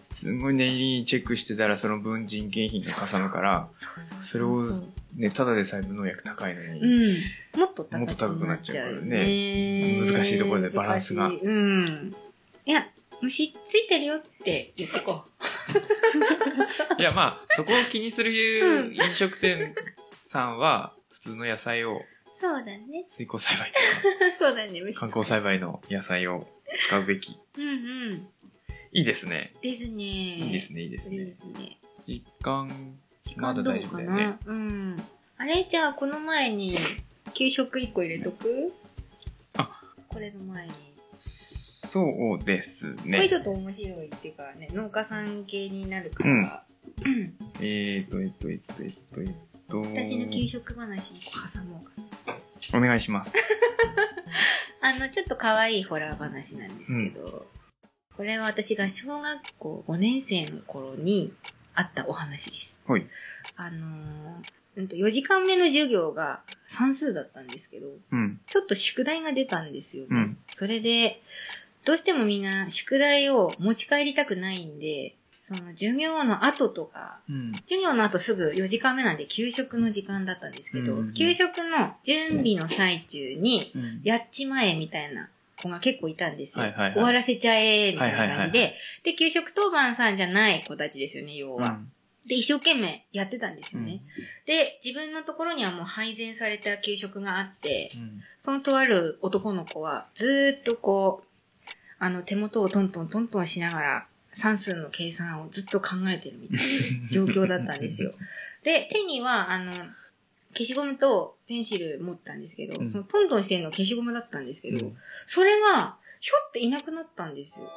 Speaker 3: すごい念入りにチェックしてたらその分人件費がかさむから、
Speaker 2: そうそう
Speaker 3: それをね、ただでさえ無農薬高いのに、
Speaker 2: うん。もっと高くなっちゃう、ね。
Speaker 3: もっと高くなっちゃうからね難しいところでバランスが
Speaker 2: 難しいうん。いや、虫ついてるよって言ってこ
Speaker 3: いやまあ、そこを気にす
Speaker 2: う
Speaker 3: る
Speaker 2: ん
Speaker 3: 飲食店さんは、普通の野菜を、
Speaker 2: う。そうだね。
Speaker 3: 水耕栽培と
Speaker 2: そうだね、虫。
Speaker 3: か、観光栽培の野菜を使うべき。
Speaker 2: うんうん。
Speaker 3: いいですね。
Speaker 2: ですね。
Speaker 3: いいですね、いいです
Speaker 2: いい
Speaker 3: ね
Speaker 2: で。すね。
Speaker 3: 実感、
Speaker 2: 時
Speaker 3: ま
Speaker 2: 間
Speaker 3: だ
Speaker 2: どう
Speaker 3: 大丈夫
Speaker 2: か
Speaker 3: だ
Speaker 2: な、
Speaker 3: よね。
Speaker 2: うん。あれじゃあ、この前に、給食一個入れとく
Speaker 3: あ
Speaker 2: これの前に。
Speaker 3: そうです
Speaker 2: これ
Speaker 3: ね
Speaker 2: ち。ょっと面白いっていうかね、農家さん系になるから、
Speaker 3: えっと、えっと、えっと、えっと、えっと。
Speaker 2: 私の給食話一個挟もうかな。
Speaker 3: お願いします。
Speaker 2: あの、ちょっと可愛いホラー話なんですけど、これは私が小学校5年生の頃にあったお話です。
Speaker 3: はい。
Speaker 2: あのーうんと4時間目の授業が算数だったんですけど、
Speaker 3: うん、
Speaker 2: ちょっと宿題が出たんですよ。
Speaker 3: うん、
Speaker 2: それで、どうしてもみんな宿題を持ち帰りたくないんで、その授業の後とか、
Speaker 3: うん、
Speaker 2: 授業の後すぐ4時間目なんで給食の時間だったんですけど、
Speaker 3: うん
Speaker 2: 給食の準備の最中に、
Speaker 3: うん。
Speaker 2: やっちまえみたいな子が結構いたんですよ。
Speaker 3: はいはいはい
Speaker 2: 終わらせちゃえみたいな感じで、
Speaker 3: は
Speaker 2: で、給食当番さんじゃない子たちですよね、要は。
Speaker 3: うん
Speaker 2: で、一生懸命やってたんですよね。で、自分のところにはもう配膳された給食があって、
Speaker 3: うん
Speaker 2: そのとある男の子は、ずーっとこう、あの、手元をトントントントンしながら、算数の計算をずっと考えてるみたい な状況だったんですよ。で、手には、あの、消しゴムとペンシル持ったんですけど、
Speaker 3: うん
Speaker 2: そのトントンしてるのは消しゴムだったんですけ
Speaker 3: うん
Speaker 2: ど、それが、ひょっていなくなったんですよ。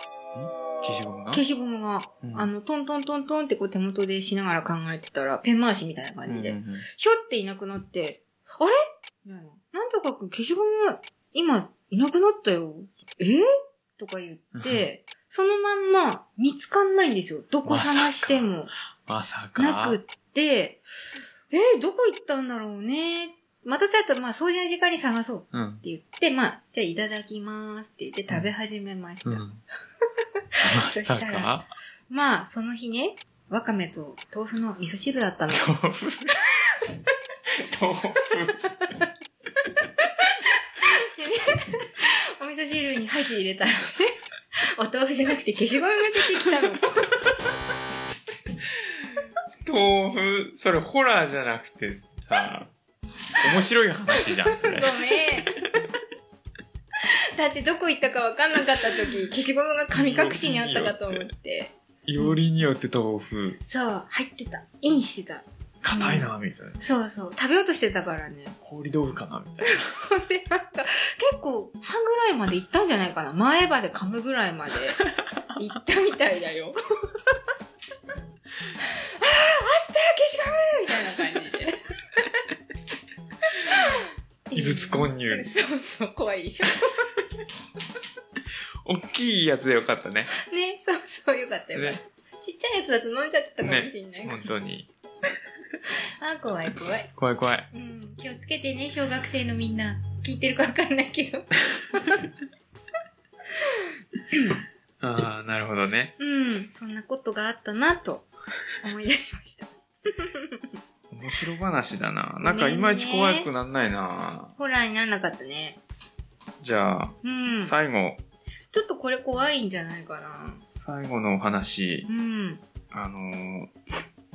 Speaker 3: 消しゴムが
Speaker 2: 消しゴムが。
Speaker 3: うん
Speaker 2: あの、トントントントンってこう手元でしながら考えてたら、ペン回しみたいな感じで、
Speaker 3: うんうんうん
Speaker 2: ひょっていなくなって、あれみたいな。なんとかくん消しゴム、今、いなくなったよ。えとか言って、そのまんま見つかんないんですよ。どこ探しても。
Speaker 3: まさか。
Speaker 2: なくって、えーどこ行ったんだろうね。またちょっと、まあ、掃除の時間に探そうって
Speaker 3: うん。
Speaker 2: 言って、まあ、じゃあいただきますって言って食べ始めました。
Speaker 3: うん。ま
Speaker 2: そした
Speaker 3: さ
Speaker 2: ら
Speaker 3: か
Speaker 2: まあ、その日ね、わかめと豆腐の味噌汁だったの。
Speaker 3: 豆腐。豆腐。
Speaker 2: お味噌汁に箸入れ たらね、お豆腐じゃなくて消しゴムが出てきたの。
Speaker 3: 豆腐、それホラーじゃなくてさ、面白い話じゃん、それ。
Speaker 2: ごめん。だってどこ行ったかわかんなかった時、消しゴムが神隠しにあったかと思って。
Speaker 3: よりによって豆腐、
Speaker 2: そう、入ってた。インしてた。
Speaker 3: 硬いな、みたいな。
Speaker 2: そうそう。食べようとしてたからね。
Speaker 3: 氷豆腐かな、みたい
Speaker 2: で、
Speaker 3: な。
Speaker 2: なんか、結構、半ぐらいまで行ったんじゃないかな。前歯で噛むぐらいまで行ったみたいだ よ。ああ、あったよ、消しゴムみたいな感じで。
Speaker 3: 異物混入。
Speaker 2: そうそう、怖いでしょ。
Speaker 3: 大きいやつでよかったね。
Speaker 2: ね、そうそう、よかったよかった。
Speaker 3: ね、
Speaker 2: ちっちゃいやつだと飲んじゃってたかもしんない。
Speaker 3: 本当に。
Speaker 2: あー、怖い怖い。
Speaker 3: 怖い怖い。
Speaker 2: うん、気をつけてね、小学生のみんな。聞いてるかわかんないけ ど。
Speaker 3: ああ、なるほどね。
Speaker 2: うん、そんなことがあったなと思い出しました。
Speaker 3: 面白話だな。なんかいまいち怖くなんないな。
Speaker 2: ホラーにならなかったね。
Speaker 3: じゃあ、
Speaker 2: うん。ちょ
Speaker 3: 最後、
Speaker 2: っとこれ怖いんじゃないかな。
Speaker 3: 最後のお話
Speaker 2: う。ん。
Speaker 3: あのー、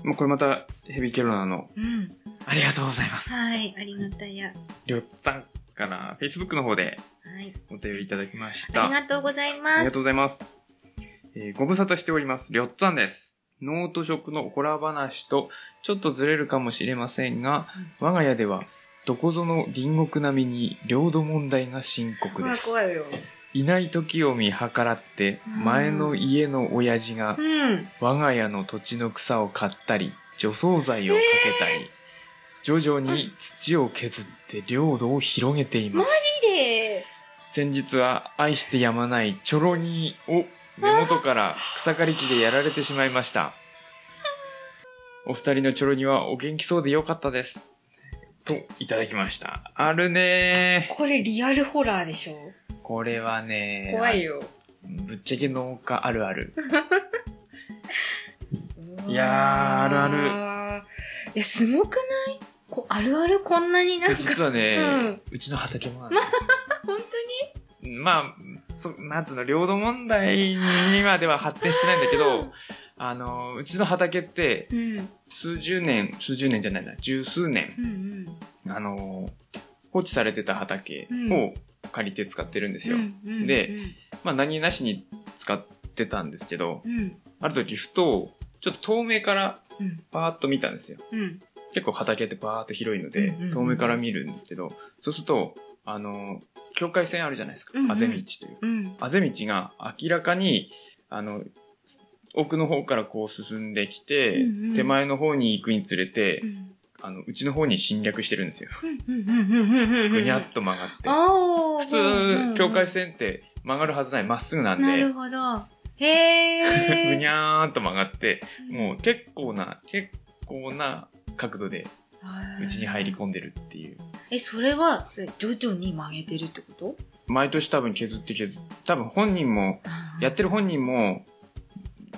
Speaker 3: まあこれまたヘビーケロナの、
Speaker 2: うん。
Speaker 3: ありがとうございます。
Speaker 2: はい。ありがたいや。
Speaker 3: りょっさんから Facebook の方で
Speaker 2: はい。
Speaker 3: お便りいただきました。
Speaker 2: ありがとうござい
Speaker 3: あり
Speaker 2: ま
Speaker 3: が
Speaker 2: す。
Speaker 3: とうございます。えーご無沙汰しております。りょっさんです。ノート食のホラー話とちょっとずれるかもしれませんが、我が家ではどこぞの隣国並みに領土問題が深刻
Speaker 2: 怖
Speaker 3: で
Speaker 2: い
Speaker 3: す。
Speaker 2: 怖いよ。
Speaker 3: いない時を見計らって、
Speaker 2: うん
Speaker 3: 前の家の親父が
Speaker 2: うん。
Speaker 3: 我が家の土地の草を買ったり除草剤をかけたり、徐々に土を削って領土を広げています
Speaker 2: 綺麗。
Speaker 3: 先日は愛してやまないチョロニーを根元から草刈り機でやられてしまいましたお二人のチョロニーはお元気そうでよかったですといただきましたあるね
Speaker 2: これリアルホラーでしょ
Speaker 3: ーこれはねー
Speaker 2: 怖いよ。
Speaker 3: ぶっちゃけ農家あるある
Speaker 2: うわ
Speaker 3: いやーある
Speaker 2: ある。いや、すごくないこあるあるこんなになんか。
Speaker 3: 実はね、
Speaker 2: うん
Speaker 3: うちの畑もあるんです
Speaker 2: 本当に
Speaker 3: まあ、そ、なんつうの、領土問題にまでは発展してないんだけど、あの、うちの畑って、
Speaker 2: うん。
Speaker 3: 数十年、数十年じゃないな、十数年、
Speaker 2: うんうん。
Speaker 3: あの、放置されてた畑を借りて使ってるんですよ。
Speaker 2: うんうん
Speaker 3: で、まあ、何なしに使ってたんですけど、
Speaker 2: うん。
Speaker 3: ある時ふと、ちょっと遠目から
Speaker 2: うん。
Speaker 3: バーッと見たんですよ。
Speaker 2: うん。
Speaker 3: 結構畑ってバーッと広いので
Speaker 2: うんうんう、ん
Speaker 3: 遠目から見るんですけど、そうすると、あの、境界線あるじゃないですか
Speaker 2: うんう。ん
Speaker 3: あぜ道とい
Speaker 2: う
Speaker 3: う
Speaker 2: ん。
Speaker 3: あぜ道が明らかに、あの、奥の方からこう進んできて、
Speaker 2: うんうん
Speaker 3: 手前の方に行くにつれて、
Speaker 2: うん
Speaker 3: あの、うちの方に侵略してるんですよ。ぐ
Speaker 2: ぐ
Speaker 3: にゃっと曲がって。
Speaker 2: ああ。
Speaker 3: 普
Speaker 2: うん
Speaker 3: 通、境界線って曲がるはずない、まっすぐなん
Speaker 2: なる
Speaker 3: で、
Speaker 2: ほど。へえ。
Speaker 3: ぐにゃーんと曲がって、
Speaker 2: う
Speaker 3: もう結構な、結構な角度でうちに入り込んでるっていう。
Speaker 2: え、それは、え徐々に曲げてるってこと
Speaker 3: 毎年多分削って削って、多分本人も、やってる本人も、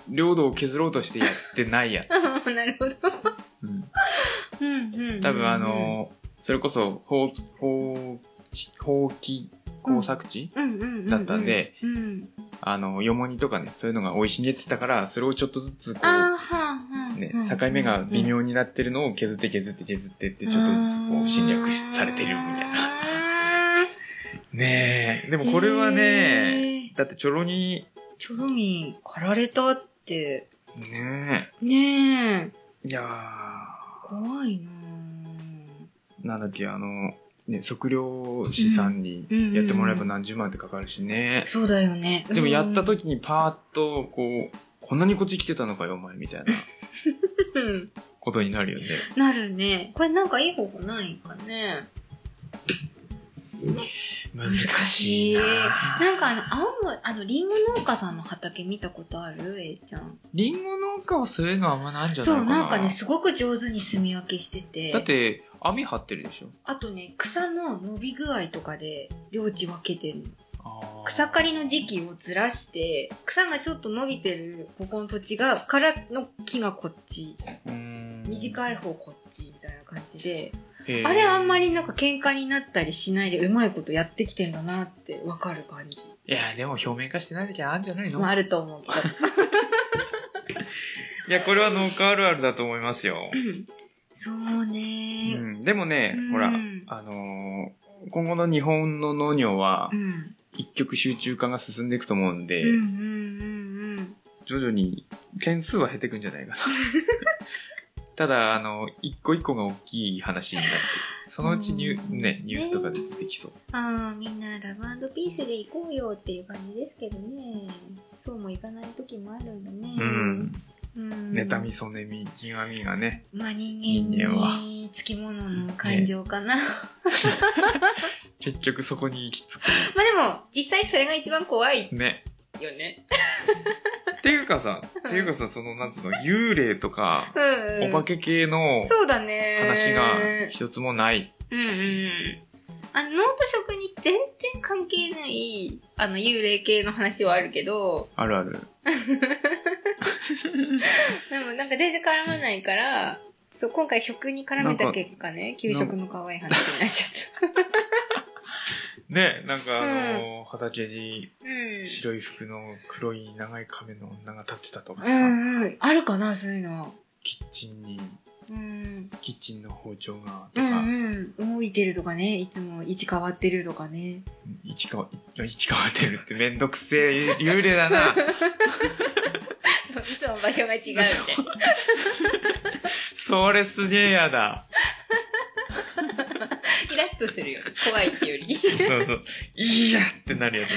Speaker 3: 領土を削ろうとしてやってないや。
Speaker 2: た。なるほど。
Speaker 3: うん
Speaker 2: うんうんうん。
Speaker 3: 多分あのーそれこそ放棄放棄放棄工作地、
Speaker 2: うん、うんうんうん。
Speaker 3: だったんで
Speaker 2: うん。
Speaker 3: あのよもぎとかねそういうのが生い茂ってたからそれをちょっとずつこ
Speaker 2: あ
Speaker 3: う
Speaker 2: あ、はあはあはあ。
Speaker 3: ね、境目が微妙になってるのを削って削って削ってって、ちょっとずつこう侵略されてるみたいな。
Speaker 2: な。
Speaker 3: ねえ。でもこれはね、
Speaker 2: えー、
Speaker 3: だってちょろに、
Speaker 2: チョロミン、狩られたって、
Speaker 3: ね
Speaker 2: ねえ、
Speaker 3: え。いや
Speaker 2: 怖いな
Speaker 3: ー、なんだっけ、あの、ね、測量士さんにやってもらえば何十万ってかかるしね。
Speaker 2: そうだよね。
Speaker 3: でもやった
Speaker 2: と
Speaker 3: 時にパーッと、こう、こんなにこっち来てたのかよ、お前、みたいなことになるよね。
Speaker 2: なるね。これなんかいい方法ないんかね。
Speaker 3: 難しいな
Speaker 2: 難しいなんかあの、青森、あの、リンゴ農家さんの畑見たことあるえいちゃん。
Speaker 3: リンゴ農家はそういうのあんまないんじゃない
Speaker 2: そ
Speaker 3: か
Speaker 2: う、
Speaker 3: な。
Speaker 2: なんかね、すごく上手に住み分けしてて。
Speaker 3: だって、網張ってるでしょ。
Speaker 2: あとね、草の伸び具合とかで、領地分けてるの。
Speaker 3: あー
Speaker 2: 草刈りの時期をずらして、草がちょっと伸びてる、ここの土地が、からの木がこっち、
Speaker 3: うーん
Speaker 2: 短い方こっち、みたいな感じで。
Speaker 3: へー
Speaker 2: あれあんまりなんか喧嘩になったりしないでうまいことやってきてんだなってわかる感じ。
Speaker 3: いや、でも表面化してない時あるんじゃないの、
Speaker 2: まあ、あると思うけど。
Speaker 3: いや、これは農家あるあるだと思いますよ。
Speaker 2: そう
Speaker 3: う
Speaker 2: ね。
Speaker 3: ん、でもね、
Speaker 2: うん
Speaker 3: ほら、あのー今後の日本の農業は
Speaker 2: う、ん。
Speaker 3: 一極集中化が進んでいくと思うんで、
Speaker 2: うんうんうんうん。
Speaker 3: 徐々に件数は減っていくんじ ゃないかな。ただ、あの、一個一個が大きい話になって、そのうちニュ,、
Speaker 2: うん
Speaker 3: ね、ニュースとかで出てきそう。
Speaker 2: ああ、みんなラブピースで行こうよっていう感じですけどね。そうもいかない時もあるんだね。
Speaker 3: うん。
Speaker 2: うん。
Speaker 3: 妬み、そねみ、極みがね。
Speaker 2: まあ人
Speaker 3: 人間
Speaker 2: 間
Speaker 3: は
Speaker 2: につきものの感情かな。
Speaker 3: 結局そこに行き着
Speaker 2: まあでも、実際それが一番怖い
Speaker 3: く。ね。
Speaker 2: よね。
Speaker 3: っていうかさ、っていうかさ、その、なんつうの、幽霊とか、
Speaker 2: うん、う
Speaker 3: お
Speaker 2: ん。
Speaker 3: 化け系の
Speaker 2: そうだね。
Speaker 3: 話が一つもない。
Speaker 2: うんうん。あの、脳と食に全然関係ない、あの、幽霊系の話はあるけど、
Speaker 3: あるある。
Speaker 2: でもなんか全然絡まないから、そう、今回食に絡めた結果ね、給食の可愛い話になっちゃっ
Speaker 3: ね、なんかあのー畑に
Speaker 2: た。う
Speaker 3: 白い服の黒い長い髪の女が立ってたとかさ、
Speaker 2: ん。うんうん。あるかな、そういうの。
Speaker 3: キッチンに、
Speaker 2: うん。
Speaker 3: キッチンの包丁が、と
Speaker 2: う
Speaker 3: か、
Speaker 2: んうん。動いてるとかね、いつも位置変わってるとかね。
Speaker 3: 市川、市川てるってめんどくせえ幽霊だな。
Speaker 2: そういつも場所が 違うみたいな。
Speaker 3: それすげえやだ。
Speaker 2: イラッとするよ。怖いってよ り。
Speaker 3: そうそう。いいやってなるやつ。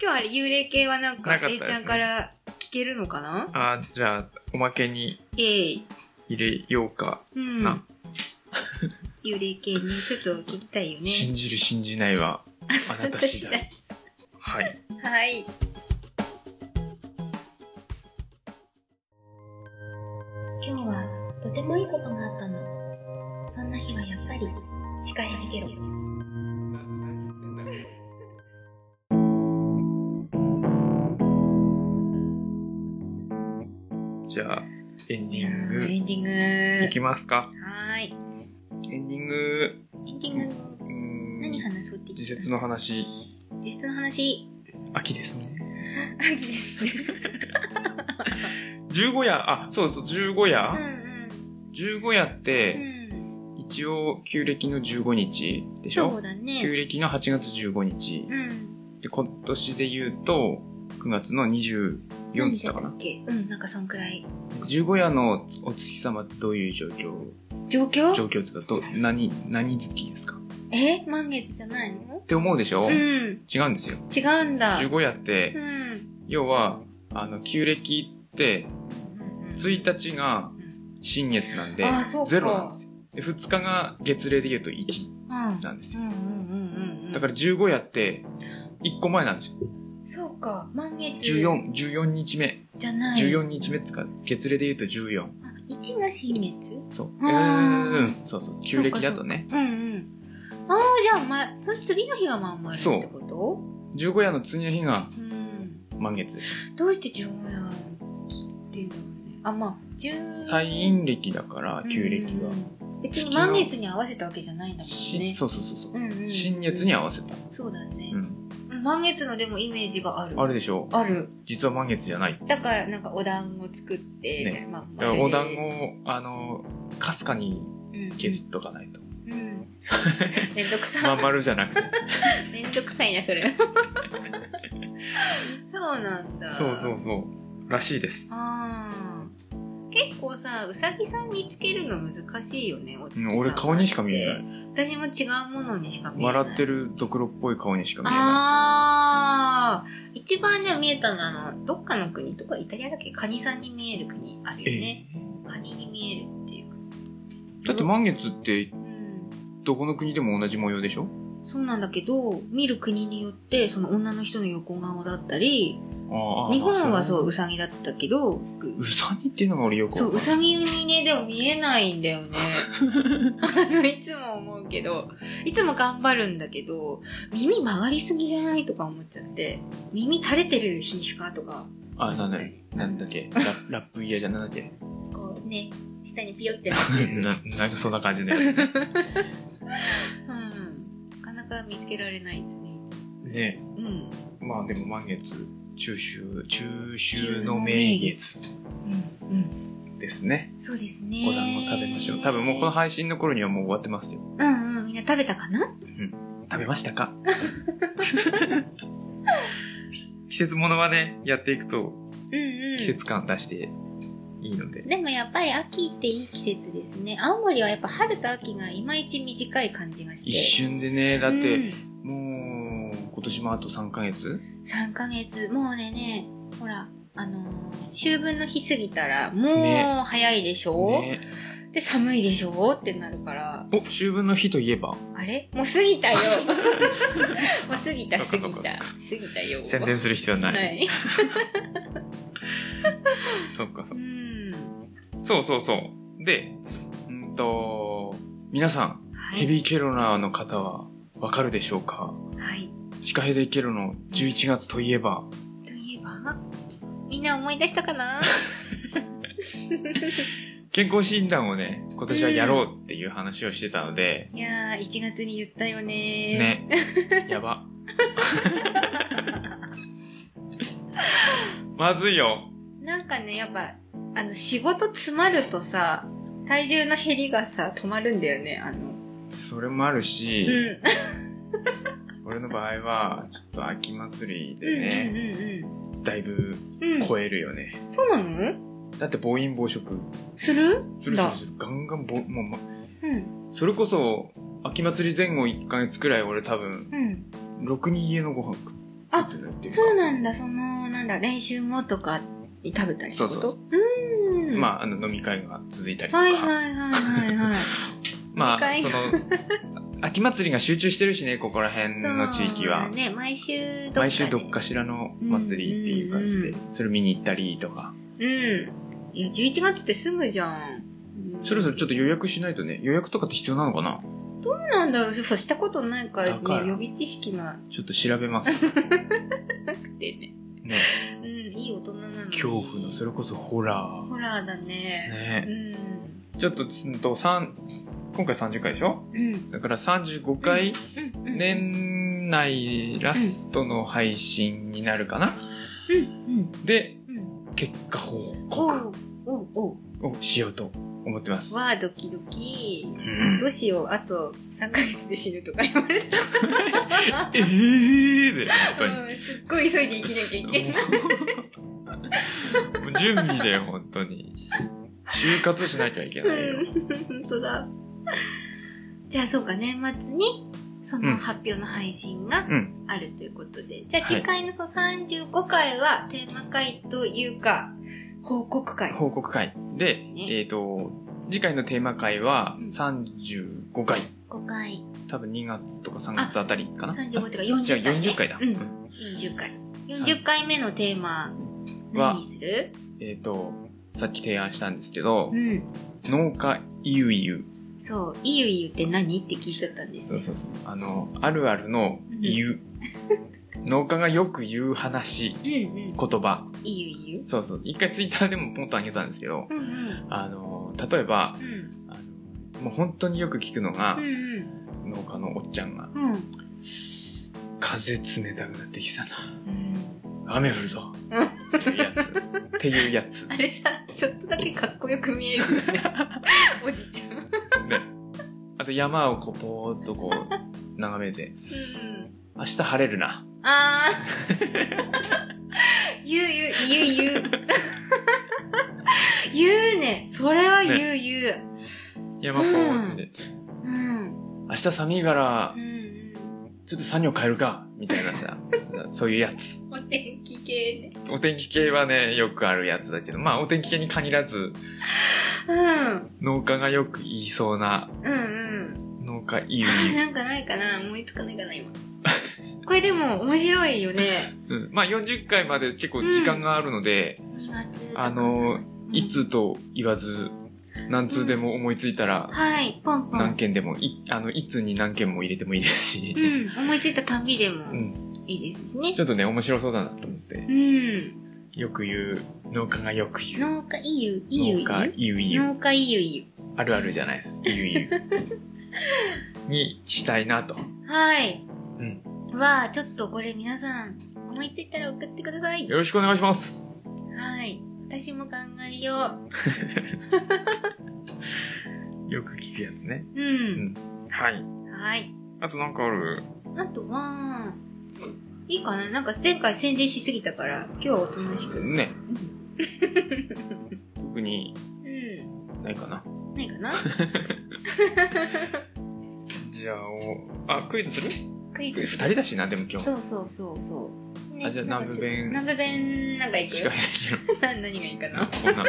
Speaker 2: 今日あれ、幽霊系はなんか、
Speaker 3: なかった
Speaker 2: え
Speaker 3: で
Speaker 2: い
Speaker 3: すね
Speaker 2: ちゃんから聞けるのかな
Speaker 3: あーじゃあ、おまけに
Speaker 2: えい。
Speaker 3: 入れようか。
Speaker 2: うん
Speaker 3: な。
Speaker 2: 幽霊系ね、ちょっと聞きたいよね。
Speaker 3: 信じる信じな いは、あなた次
Speaker 2: あな
Speaker 3: 第。はい。
Speaker 2: はい。
Speaker 1: 今日はとてもいいことがあったの。そんな日はやっぱり、シカヘルゲロ。
Speaker 3: じゃあ、エンデ
Speaker 2: いや
Speaker 3: ィン
Speaker 2: ーエ
Speaker 3: グ
Speaker 2: ンディング。
Speaker 3: いきますか。
Speaker 2: はーい。
Speaker 3: エンディング、
Speaker 2: エンディング、
Speaker 3: うーん
Speaker 2: 何話そうって
Speaker 3: 自
Speaker 2: 言って
Speaker 3: 説
Speaker 2: た
Speaker 3: の話、
Speaker 2: 自説の話。
Speaker 3: 秋ですね。
Speaker 2: 秋ですね。
Speaker 3: 十五夜、あ、そうそう、十五
Speaker 2: うん
Speaker 3: 夜十五夜っ
Speaker 2: うん。
Speaker 3: て、
Speaker 2: うん。
Speaker 3: 一応、旧暦の15日でし
Speaker 2: そう
Speaker 3: ょ
Speaker 2: だ
Speaker 3: 旧
Speaker 2: ね。
Speaker 3: 暦の8月15日。
Speaker 2: うん。
Speaker 3: で、今年で言うと、9月の24
Speaker 2: 何
Speaker 3: 日だったか
Speaker 2: だ
Speaker 3: な
Speaker 2: っけうん、なんかそんくらい。
Speaker 3: 十五夜のお月様ってどういう状況
Speaker 2: 状況
Speaker 3: 状況っていうかど、何、何月ですかっ
Speaker 2: え満月じゃないの
Speaker 3: て思うでしょ、
Speaker 2: うん。
Speaker 3: 違
Speaker 2: 違
Speaker 3: うんですよ。
Speaker 2: うんだ。
Speaker 3: 十五夜って、
Speaker 2: うん。うん
Speaker 3: 要は、あの、旧暦って、
Speaker 2: うん
Speaker 3: 1日が新月なんで
Speaker 2: あーそう、か
Speaker 3: ゼロなんですよ。で2日が月齢で言うと1
Speaker 2: うん
Speaker 3: なんです
Speaker 2: う
Speaker 3: よ。
Speaker 2: んうんうんうん。
Speaker 3: だから15夜って、1個前なんですよ。
Speaker 2: そうか、満月。
Speaker 3: 14、14日目。
Speaker 2: じゃない。
Speaker 3: 14日目っつうか、月齢で言うと14。
Speaker 2: あ、1が新月
Speaker 3: そう。う
Speaker 2: あー
Speaker 3: ーん。そうそう。旧暦だとね。
Speaker 2: うんうん。ああ、じゃあ、ま、その次の日がまんまるってこと
Speaker 3: 15夜の次の日が
Speaker 2: うん。
Speaker 3: 満月です。
Speaker 2: どうして15夜っていうんだろうね。あ、まあ、10
Speaker 3: 退院歴だから、旧暦は。。
Speaker 2: 別に満月に合わせたわけじゃないんだもん
Speaker 3: し
Speaker 2: ね。
Speaker 3: そうそうそうそう
Speaker 2: う。んうん。
Speaker 3: 新月に合わせた。
Speaker 2: そうだね
Speaker 3: う。ん。
Speaker 2: うん満満月のでもイメージがある。
Speaker 3: あるでしょ
Speaker 2: ある。
Speaker 3: 実は満月じゃない。
Speaker 2: だからなんかお団子作って、
Speaker 3: ね
Speaker 2: まあ
Speaker 3: だからお団子を、あの、かすかに
Speaker 2: うん
Speaker 3: 削っとかないと。
Speaker 2: うん。そう。めんどく
Speaker 3: ま
Speaker 2: さ。
Speaker 3: ん丸じゃなくて。
Speaker 2: めんどくさいな、それ。 そうなんだ。
Speaker 3: そうそうそう。らしいです。
Speaker 2: あー結構さうさぎさん見つけるの難しいよねお月
Speaker 3: う
Speaker 2: さん
Speaker 3: ん俺顔にしか見えない。
Speaker 2: 私も違うものにしか見えない
Speaker 3: 笑って
Speaker 2: る
Speaker 3: るドクロっぽい顔にしか見えな
Speaker 2: あー一番ね見えたのはあのどっかの国とかイタリアだっけカニさんに見える国あるよ
Speaker 3: い。
Speaker 2: ねカニに見えるっていう
Speaker 3: だって満月って
Speaker 2: うん
Speaker 3: どこの国でも同じ模様でしょ
Speaker 2: そうなんだけど見る国によってその女の人の横顔だったり
Speaker 3: ああ
Speaker 2: 日本はそう
Speaker 3: う。
Speaker 2: うさぎだったけど
Speaker 3: うさぎっていうのが俺よくわ
Speaker 2: そう、う
Speaker 3: かんない
Speaker 2: さぎにね、でも見えないんだ よね。あの、いつも思うけど、いつも頑張るんだけど、耳曲がりすぎじゃないとか思っちゃって、耳垂れてる品種かとか、
Speaker 3: あ、なんだ、なんだっけララップイヤーじゃなんだっけ
Speaker 2: こうね、下にピヨってなってる。
Speaker 3: な、なんかそんな感じだよね。
Speaker 2: うん。なかなか見つけられないんだね、いつも。
Speaker 3: ね
Speaker 2: うん。
Speaker 3: まあでも満月、中秋、中秋の名月
Speaker 2: うん。うん。
Speaker 3: ですね。
Speaker 2: そうですね。
Speaker 3: お団子食べましょう。多分もうこの配信の頃にはもう終わってますよ。
Speaker 2: うんうん、みんな食べたかな
Speaker 3: 食べましたか 季節ものはね、やっていくと
Speaker 2: うんうん。
Speaker 3: 季節感出していいので。
Speaker 2: でもやっぱり秋っていい季節ですね。青森はやっぱ春と秋がいまいち短い感じがして。
Speaker 3: 一瞬でね、だって、
Speaker 2: うん
Speaker 3: もう、今年もあと3ヶ月
Speaker 2: 3ヶ月もうねねほらあのー、秋分の日過ぎたらも
Speaker 3: ね
Speaker 2: う早いでしょ、
Speaker 3: ね
Speaker 2: で寒いでしょってなるから
Speaker 3: お、秋分の日といえば、
Speaker 2: あれもう過 ぎたよもう過ぎた
Speaker 3: そ
Speaker 2: 過
Speaker 3: っか
Speaker 2: ぎ
Speaker 3: そ
Speaker 2: た
Speaker 3: っか
Speaker 2: 過ぎたよ
Speaker 3: 宣伝する必要はない。
Speaker 2: はい
Speaker 3: そっかそうっか。
Speaker 2: ん
Speaker 3: そうそうそう。で、うんと、皆さん、
Speaker 2: は
Speaker 3: ヘ
Speaker 2: い、
Speaker 3: ビーケロナーの方はわかるでしょうか
Speaker 2: はい、
Speaker 3: シカヘデケロの11月といえば、
Speaker 2: といえばみんな思い出したかな
Speaker 3: 健康診断をね、今年はやろうっていう話をしてたので、
Speaker 2: いやー1月に言ったよね
Speaker 3: ね、やば。まずいよ。
Speaker 2: なんかねやっぱあの仕事詰まるとさ体重の減りがさ止まるんだよねあの
Speaker 3: それもあるし、
Speaker 2: うん
Speaker 3: 俺の場合は、ちょっと秋祭り
Speaker 2: うん
Speaker 3: でね、だいぶ
Speaker 2: うんうんうん。
Speaker 3: 超えるよね。
Speaker 2: うん、そうなの
Speaker 3: だって暴飲暴食、
Speaker 2: する
Speaker 3: するす
Speaker 2: だ
Speaker 3: るする、ガンガン暴、もう、ま、
Speaker 2: うん。
Speaker 3: それこそ、秋祭り前後1ヶ月くらい俺多分、
Speaker 2: うん。
Speaker 3: ろくに家のご飯食ってないっていうか
Speaker 2: そうなんだ、その、なんだ、練習もとかに食べたりってこと
Speaker 3: そうそう
Speaker 2: ーん。
Speaker 3: まあ、あの、飲み会が続いたりとか。
Speaker 2: はいはいはいはい はい。
Speaker 3: まあ、
Speaker 2: 飲み会
Speaker 3: その、秋祭りが集中してるしね、ここら辺
Speaker 2: そう
Speaker 3: の地域は。
Speaker 2: ね、毎週どっかで
Speaker 3: 毎週どっかしらの祭りっていう感じ
Speaker 2: うん
Speaker 3: で、それ見に行ったりとか。
Speaker 2: うん。いや、11月ってすぐじゃん。うん
Speaker 3: そろそろちょっと予約しないとね、予約とかって必要なのかな
Speaker 2: どうなんだろうそうしたことないからね
Speaker 3: だから
Speaker 2: 予備知識がな
Speaker 3: ちょっと調 べます。
Speaker 2: くてね
Speaker 3: ね、
Speaker 2: うんいい大人なのに
Speaker 3: 恐怖の、それこそホラ
Speaker 2: ホラーだ
Speaker 3: ー。
Speaker 2: ね
Speaker 3: ね。ちょっと、うんと、三今回30回でしょ
Speaker 2: うんうん
Speaker 3: だから35回、
Speaker 2: うんうん
Speaker 3: 年内ラストの配信になるかな、
Speaker 2: うん
Speaker 3: で、
Speaker 2: うんうん
Speaker 3: 結果報
Speaker 2: お
Speaker 3: 告
Speaker 2: うおうおう
Speaker 3: をしようと思ってます。
Speaker 2: わあドキドキ
Speaker 3: うん
Speaker 2: どうしようあと3ヶ月で死ぬとか言われた
Speaker 3: ええーで、本
Speaker 2: うんすっごい急いで生きなきゃい
Speaker 3: 当
Speaker 2: けない
Speaker 3: に。もう準備だよ、本当に。就活しなきゃいけないよ。
Speaker 2: うん本当だじゃあそうか年末にその発表の配信が
Speaker 3: うん。
Speaker 2: あるということで、じゃあ
Speaker 3: はい
Speaker 2: 次回のその35回はテーマ会というか報告会
Speaker 3: 報告会。で、
Speaker 2: ね
Speaker 3: えっ、と、次回のテーマ会は
Speaker 2: うん
Speaker 3: 35回。
Speaker 2: 5回
Speaker 3: 多分2月とか3月あたりかな。
Speaker 2: 35っていうか40回、ね、
Speaker 3: じゃあ40回だ。
Speaker 2: うん、40回40回目のテーマ
Speaker 3: は
Speaker 2: 何にする
Speaker 3: えっ、と、さっき提案したんですけど
Speaker 2: う、ん
Speaker 3: 農家ゆうゆう。
Speaker 2: そう、いゆいゆって何って聞いちゃったんです
Speaker 3: そう
Speaker 2: よ。
Speaker 3: そうそう。あの、あるあるの言う。 農家がよく言う話、
Speaker 2: うんうん。い
Speaker 3: 言葉。
Speaker 2: ゆいゆ。
Speaker 3: そうそう。一回ツイッターでもポンとあげたんですけど、
Speaker 2: うんうん。
Speaker 3: あの、例えば、
Speaker 2: うん
Speaker 3: あのもう本当によく聞くのが
Speaker 2: う、ん
Speaker 3: 農家のおっちゃんが、
Speaker 2: うん。うん。
Speaker 3: 家風冷たくなってきたな。
Speaker 2: うん
Speaker 3: 雨降るぞ。
Speaker 2: うん
Speaker 3: っていうや つ。っていうやつ。
Speaker 2: あ
Speaker 3: ね。
Speaker 2: れさ、ちょっとだけかっこよく見える よね。おじちゃん。うん。
Speaker 3: あと山をこう、ぽーっとこう、眺めて、明日晴れるな。
Speaker 2: あー。言う言う、言う言う。言うね。それは言う言う。
Speaker 3: 山ぽーって、
Speaker 2: うん。
Speaker 3: 明日寒いから
Speaker 2: う、ん。
Speaker 3: ちょっと作業変えるか。みたいなさ、そういうやつ。
Speaker 2: お天気系ね。
Speaker 3: お天気系はね、よくあるやつだけど、まあお天気系に限らず、
Speaker 2: うん。
Speaker 3: 農家がよく言いそうな、
Speaker 2: うんうん。
Speaker 3: 農家 いい
Speaker 2: あなんかないかな思いつかないかな今。これでも面白いよね。
Speaker 3: うん、まあ40回まで結構時間があるので、
Speaker 2: 2月とか
Speaker 3: あの
Speaker 2: さ
Speaker 3: いつと言わず、何通でも思いついたら、
Speaker 2: はい、ポンポ
Speaker 3: 何
Speaker 2: ン。
Speaker 3: 件でも、い、あの、いつに何件も入れてもいいですし
Speaker 2: う、ん。思いついた旅でも
Speaker 3: うん。
Speaker 2: いいですしね
Speaker 3: ち。ょっとね、面白そうだなと思って、
Speaker 2: うん。
Speaker 3: よく言う、農家がよく言う。
Speaker 2: 農家いいゆ、いいゆい
Speaker 3: 農家いゆい
Speaker 2: ゆ。
Speaker 3: ゆ
Speaker 2: 農。家いいゆい
Speaker 3: あるあるじゃないです。いゆいゆ。にしたいなと。
Speaker 2: ゆ。はい。
Speaker 3: うん。
Speaker 2: は、ちょっとこれ皆さん、思いついたら送ってください。
Speaker 3: よろしくお願いします。
Speaker 2: はい。私も考えよ
Speaker 3: よく聞くやつね。
Speaker 2: う。うん。
Speaker 3: はい。
Speaker 2: はい。
Speaker 3: あとなんかある
Speaker 2: あとは、いいかななんか前回宣伝しすぎたから、今日はおとなしく。うん。
Speaker 3: ね。特にないかな。
Speaker 2: ないかな
Speaker 3: じゃあ、お、あ、クイズする
Speaker 2: クイ
Speaker 3: クイ
Speaker 2: ズ。
Speaker 3: ズ二人だしな、でも今日。
Speaker 2: そうそうそうそう。ね
Speaker 3: あじゃあ
Speaker 2: なんかちょ
Speaker 3: 南部弁
Speaker 2: 南部弁、なんかいく
Speaker 3: 司会できる
Speaker 2: 何がいいか
Speaker 3: な。
Speaker 2: な
Speaker 3: こんな。あ、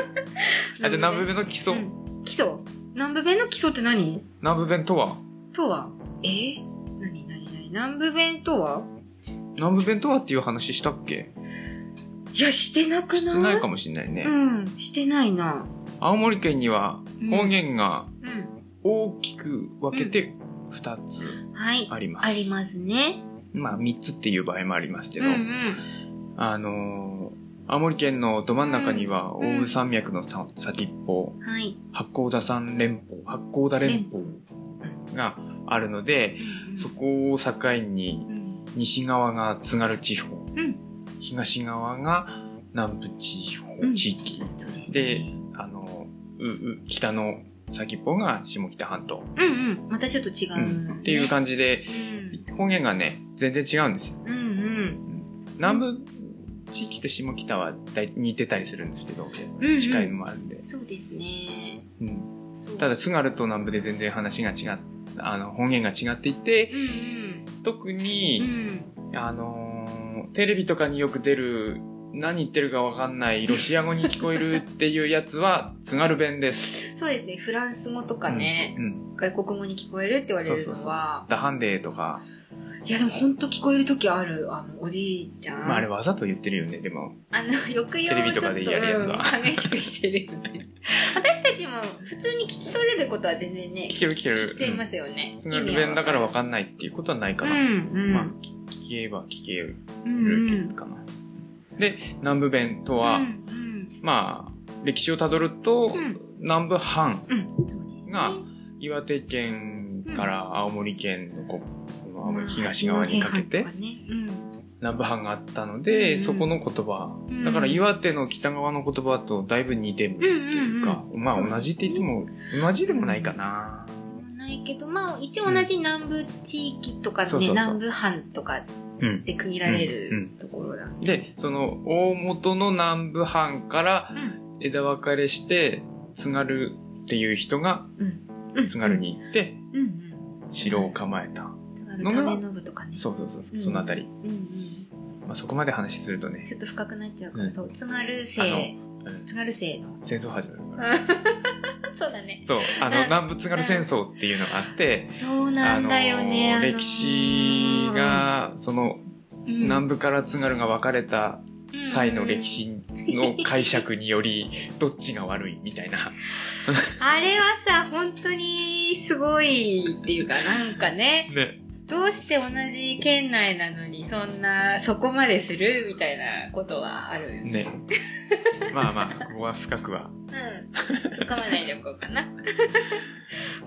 Speaker 3: じゃあ南部弁の基礎。
Speaker 2: うん基礎南部弁の基礎って何
Speaker 3: 南部弁とは
Speaker 2: とはえー何何何南部弁とは
Speaker 3: 南部弁とはっていう話したっけ
Speaker 2: いや、してなくない
Speaker 3: してないかもしんないね。
Speaker 2: うん、してないな。
Speaker 3: 青森県には
Speaker 2: うん
Speaker 3: 方言が
Speaker 2: う
Speaker 3: 大きく分けて二つ
Speaker 2: ん。はい。
Speaker 3: あります。
Speaker 2: ありますね。
Speaker 3: まあ三つっていう場合もありますけ
Speaker 2: うん
Speaker 3: ど、
Speaker 2: うん。
Speaker 3: あのー青森県のど真ん中には
Speaker 2: うん
Speaker 3: 大部山脈のさ先っぽ、
Speaker 2: はい。
Speaker 3: 八甲田山連峰、八甲田連峰があるので、そこを境に
Speaker 2: うん。
Speaker 3: 西側が津軽地方、
Speaker 2: うん
Speaker 3: 東側が南部地方
Speaker 2: うん
Speaker 3: 地域、
Speaker 2: そうですね。
Speaker 3: で、あの、う、う、北の先っぽが下北半島、
Speaker 2: うんうん。またちょっと違う、
Speaker 3: うんっていう感じで、
Speaker 2: じ。
Speaker 3: 方言がね、全然違うんですよ。
Speaker 2: うんうん
Speaker 3: 南部地域と下北はだい似てたりするんですけど、
Speaker 2: うん。うん。
Speaker 3: 近いの。もあるんで。
Speaker 2: そうですね。
Speaker 3: うん
Speaker 2: そう。
Speaker 3: ただ、津軽と南部で全然話が違っあの、方言が違っていて
Speaker 2: う、ん
Speaker 3: 特
Speaker 2: うん。う
Speaker 3: に、
Speaker 2: ん。
Speaker 3: あのーテレビとかによく出る、何言ってるかわかんない、ロシア語に聞こえるっていうやつは、津軽弁です。
Speaker 2: そうですね。フランス語とかね、
Speaker 3: うん。
Speaker 2: 外国語に聞こえるって言われるのは、
Speaker 3: ダハンデーとか、
Speaker 2: いやでもほんと聞こえる時あるあのおじいちゃん、
Speaker 3: まああれわざと言ってるよね、でも。
Speaker 2: あの抑揚
Speaker 3: テ
Speaker 2: を
Speaker 3: レビとかでやるやつ は
Speaker 2: ちょっとうん激しくしてるよね私たちも普通に聞き取れることは全然ね
Speaker 3: 聞ける聞ける。
Speaker 2: 聞いていますよね、
Speaker 3: うん津軽弁だからわ
Speaker 2: か
Speaker 3: かんないっていうことはないか
Speaker 2: う
Speaker 3: な。
Speaker 2: んうん、
Speaker 3: まあ、き聞けば聞ける
Speaker 2: うんうん
Speaker 3: かな。で、南部弁とは、
Speaker 2: うん
Speaker 3: まあ、歴史をたどると、
Speaker 2: うん
Speaker 3: 南部藩、
Speaker 2: うんそうですね
Speaker 3: が岩手県から青森県のこう、この青森東側にかけて
Speaker 2: まあ、ねうん
Speaker 3: 南部藩があったので、
Speaker 2: うん
Speaker 3: そこの言葉、
Speaker 2: うん
Speaker 3: だから岩手の北側の言葉とだいぶ似てるっていうか、
Speaker 2: うんうんうん
Speaker 3: ま
Speaker 2: そ
Speaker 3: あ
Speaker 2: うですね
Speaker 3: 同じって言っても、同じでもないかな。
Speaker 2: ないけどまあ一応同じ南部地域とかね、
Speaker 3: そうそうそう
Speaker 2: 南部藩とか
Speaker 3: うん。
Speaker 2: で区切られ
Speaker 3: うん
Speaker 2: る
Speaker 3: うん
Speaker 2: ところだ、
Speaker 3: で、その大元の南部藩から
Speaker 2: うん
Speaker 3: 枝分かれして、津軽っていう人が
Speaker 2: うん
Speaker 3: 津軽に行って、
Speaker 2: うんうん
Speaker 3: 城を構えた。
Speaker 2: 津軽亀信とかね
Speaker 3: そうそうそうそうう、
Speaker 2: ん
Speaker 3: そのあたり。
Speaker 2: うんうん
Speaker 3: まあそこまで話するとね、
Speaker 2: ちょっと深くなっちゃうから、
Speaker 3: うん
Speaker 2: そう、津軽
Speaker 3: あ
Speaker 2: 生、
Speaker 3: うん
Speaker 2: 津軽生の。
Speaker 3: 戦争始まるから。
Speaker 2: そうだね。
Speaker 3: そう、あ
Speaker 2: うん
Speaker 3: の、南部津軽戦争っていうのがあって、
Speaker 2: そうな
Speaker 3: あ
Speaker 2: ん
Speaker 3: の
Speaker 2: だよね、あのー
Speaker 3: 歴史、が、その、
Speaker 2: うん
Speaker 3: 南部から津軽が分かれた際の歴。
Speaker 2: うん
Speaker 3: 史の解釈により、どっちが悪いみたいな。
Speaker 2: あれはさ、本当にすごいっていうか、なんかね、
Speaker 3: ね。
Speaker 2: どうして同じ県内なのにそんなそこまでするみたいなことはあるよね。
Speaker 3: ね。まあまあ、そこは深くは。
Speaker 2: うん。使わないでおこうか な。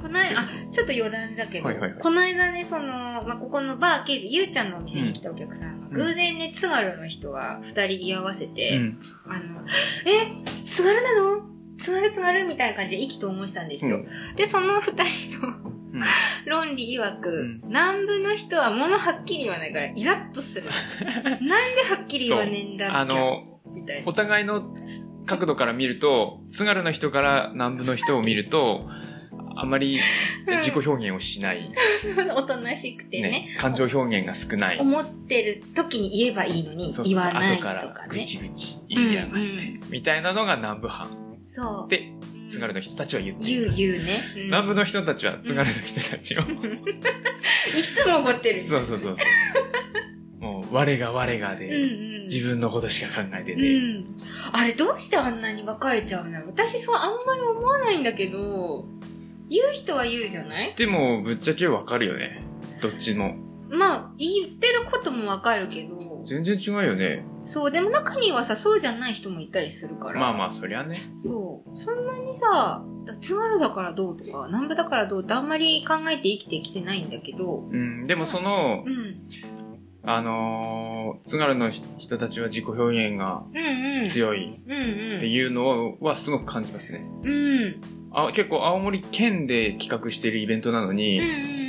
Speaker 2: この間、あ、ちょっと余談だけど、
Speaker 3: はいはいはい
Speaker 2: この間ね、その、まあ、ここのバー刑事、ゆうちゃんのお店に来たお客さんが、
Speaker 3: ん
Speaker 2: 偶然ね、津軽の人が二人居合わせ
Speaker 3: う
Speaker 2: て、
Speaker 3: ん。
Speaker 2: あの、え、津軽なの津軽津軽みたいな感じで意気投合したんですよ。で、その二人の
Speaker 3: うん。
Speaker 2: 論理曰く、
Speaker 3: うん
Speaker 2: 南部の人は物はっきり言わないからイラッとす るなんではっきり言わねえんだっけ
Speaker 3: あの、
Speaker 2: みたいな
Speaker 3: お互いの角度から見ると、津軽の人から南部の人を見ると、あまり自己表現をしない。
Speaker 2: おとなしくてね
Speaker 3: ね。感情表現が少ない。
Speaker 2: 思ってる時に言えばいいのに
Speaker 3: そうそうそう
Speaker 2: 言わない
Speaker 3: 後
Speaker 2: と
Speaker 3: から
Speaker 2: か
Speaker 3: ぐ
Speaker 2: ね
Speaker 3: ちぐち
Speaker 2: うん
Speaker 3: 言い合う。
Speaker 2: うん
Speaker 3: みたいなのが南部藩
Speaker 2: そう
Speaker 3: で津軽の人たちは言ってい
Speaker 2: 言
Speaker 3: る
Speaker 2: う。言うね、うん
Speaker 3: 南部の人たちは津軽の人たちを。
Speaker 2: いつも怒ってる
Speaker 3: そうそうそうそう。もう、我が我が
Speaker 2: うんう
Speaker 3: で、
Speaker 2: ん
Speaker 3: 自分のことしか考えて
Speaker 2: う
Speaker 3: ね。
Speaker 2: ん、あれどうしてあんなに分かれちゃうの私そうあんまり思わないんだけど言う人は言うじゃない
Speaker 3: でも、ぶっちゃけわかるよね。どっちも。
Speaker 2: まあ言ってることも分かるけど
Speaker 3: 全然違うよね。
Speaker 2: そう、でも中にはさ、そうじゃない人もいたりするから。
Speaker 3: まあまあ、そりゃね。
Speaker 2: そう。そんなにさ、津軽だからどうとか、南部だからどうってあんまり考えて生きてきてないんだけど、
Speaker 3: うん、でもその
Speaker 2: う、ん。
Speaker 3: あのー津軽の人たちは自己表現が
Speaker 2: うんうん。
Speaker 3: 強いっ
Speaker 2: うんうん。
Speaker 3: ていうのはすごく感じますね。
Speaker 2: うん。うん
Speaker 3: あ結構青森県で企画しているイベントなのに、
Speaker 2: うんうん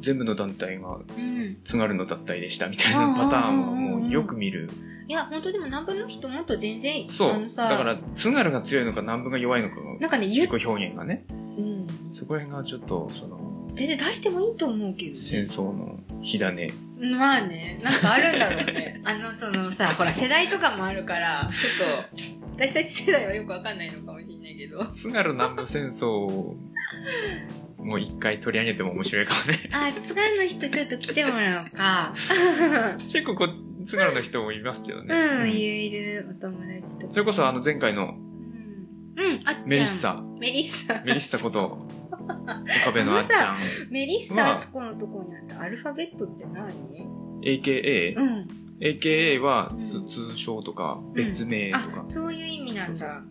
Speaker 3: 全部の団体が
Speaker 2: うん。うん。
Speaker 3: 津軽の団体でしたみたいなパターンはもうよく見る。
Speaker 2: いや、ほんとでも南部の人もっと全然、
Speaker 3: そ
Speaker 2: あ
Speaker 3: う
Speaker 2: の。さ、
Speaker 3: だから津軽が強いのか南部が弱いのかの
Speaker 2: なんかね、言
Speaker 3: 自
Speaker 2: う、
Speaker 3: 己表現がね。
Speaker 2: うん。
Speaker 3: そこら辺がちょっと、その、
Speaker 2: 全然出してもいいと思うけど
Speaker 3: 戦
Speaker 2: ね。
Speaker 3: 争の火種。
Speaker 2: まあね、なんかあるんだろう ね。あの、そのさ、ほら、世代とかもあるから、ちょっと、私たち世代はよくわかんないのかもしれないけど。
Speaker 3: 津軽南部戦争を、もう一回取り上げても面白いかもね。
Speaker 2: あ、津軽の人ちょっと来てもらおうか。
Speaker 3: 結構こう、津軽の人もいますけどね。
Speaker 2: う、
Speaker 3: うんん
Speaker 2: いるいる、お友達とか。
Speaker 3: それこそあの前回の
Speaker 2: うん、うん、あっちゃん。
Speaker 3: メリッ。サ、
Speaker 2: メリッサ。
Speaker 3: メリッサこと、岡部のあっちゃん、
Speaker 2: メリッ
Speaker 3: ま
Speaker 2: サ
Speaker 3: あ
Speaker 2: あつこのとこにあったアルファベットって何
Speaker 3: AKA、
Speaker 2: うん。
Speaker 3: AKA は
Speaker 2: うん
Speaker 3: つ通称とか
Speaker 2: ん
Speaker 3: 別名とか
Speaker 2: あ、、そういう意味なん
Speaker 3: そうそう
Speaker 2: だ。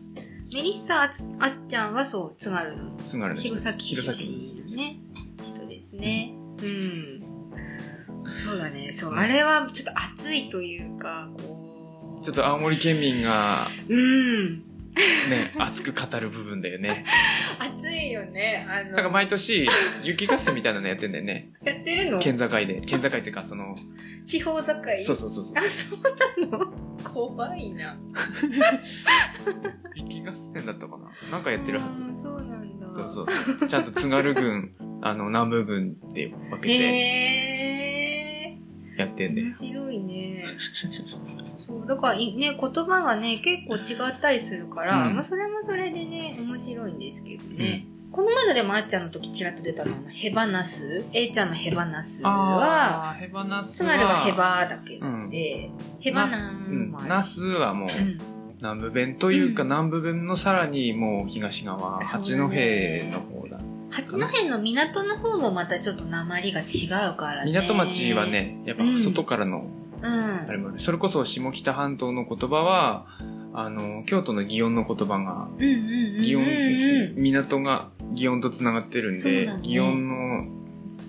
Speaker 2: メリッサあつあっちゃんはそう、津軽の
Speaker 3: 津軽の人
Speaker 2: 弘
Speaker 3: です
Speaker 2: 前
Speaker 3: 弘前
Speaker 2: 市のね、人ですね。うん。そうだね。そう、あれはちょっと熱いというか、こう。
Speaker 3: ちょっと青森県民が
Speaker 2: うん。
Speaker 3: ね、熱く語る部分だよね。
Speaker 2: 熱いよね。あの、
Speaker 3: なんか毎年、雪合戦みたいなのやってんだよね。
Speaker 2: やってるの
Speaker 3: 県境で。県境っていうか、その、
Speaker 2: 地方境
Speaker 3: そうそうそうそう
Speaker 2: あ、。そうなの怖いな。
Speaker 3: 雪合戦だったかななんかやってるはず
Speaker 2: あ。ーそうなんだ。
Speaker 3: そうそう。ちゃんと津 軽軍、あの、南部軍って分けて
Speaker 2: へえ
Speaker 3: やって
Speaker 2: ー。
Speaker 3: んで
Speaker 2: 面。白い ね。そう、だからいね、言葉がね、結構違ったりするから、
Speaker 3: うん
Speaker 2: まあそれもそれでね、面白いんですけどね。この前のでもあっちゃんの時ちらっと出たのは、あのヘバナス、A ちゃんのヘバナスは、
Speaker 3: あー、ヘバナス
Speaker 2: つ
Speaker 3: は。
Speaker 2: まりはヘバだけで、
Speaker 3: うん
Speaker 2: ヘバナ
Speaker 3: う
Speaker 2: ー
Speaker 3: ん
Speaker 2: もある。
Speaker 3: ナスはもう、
Speaker 2: うん
Speaker 3: 南部弁というか、
Speaker 2: うん
Speaker 3: 南部弁のさらにもう東側、
Speaker 2: そう
Speaker 3: 八
Speaker 2: だ
Speaker 3: 戸
Speaker 2: ね
Speaker 3: の方だ。
Speaker 2: 八戸の港の方もまたちょっと鉛が違うからね。
Speaker 3: 港町は。ね、やっぱ外からの、
Speaker 2: うん
Speaker 3: あ。れもあるそれこそ下北半島の言葉は、あの、京都の祇園の言葉が、
Speaker 2: うんうんうんうん。
Speaker 3: 祇園、
Speaker 2: うん
Speaker 3: 港が祇園とつながってるん
Speaker 2: そう
Speaker 3: で、
Speaker 2: だね
Speaker 3: 祇園の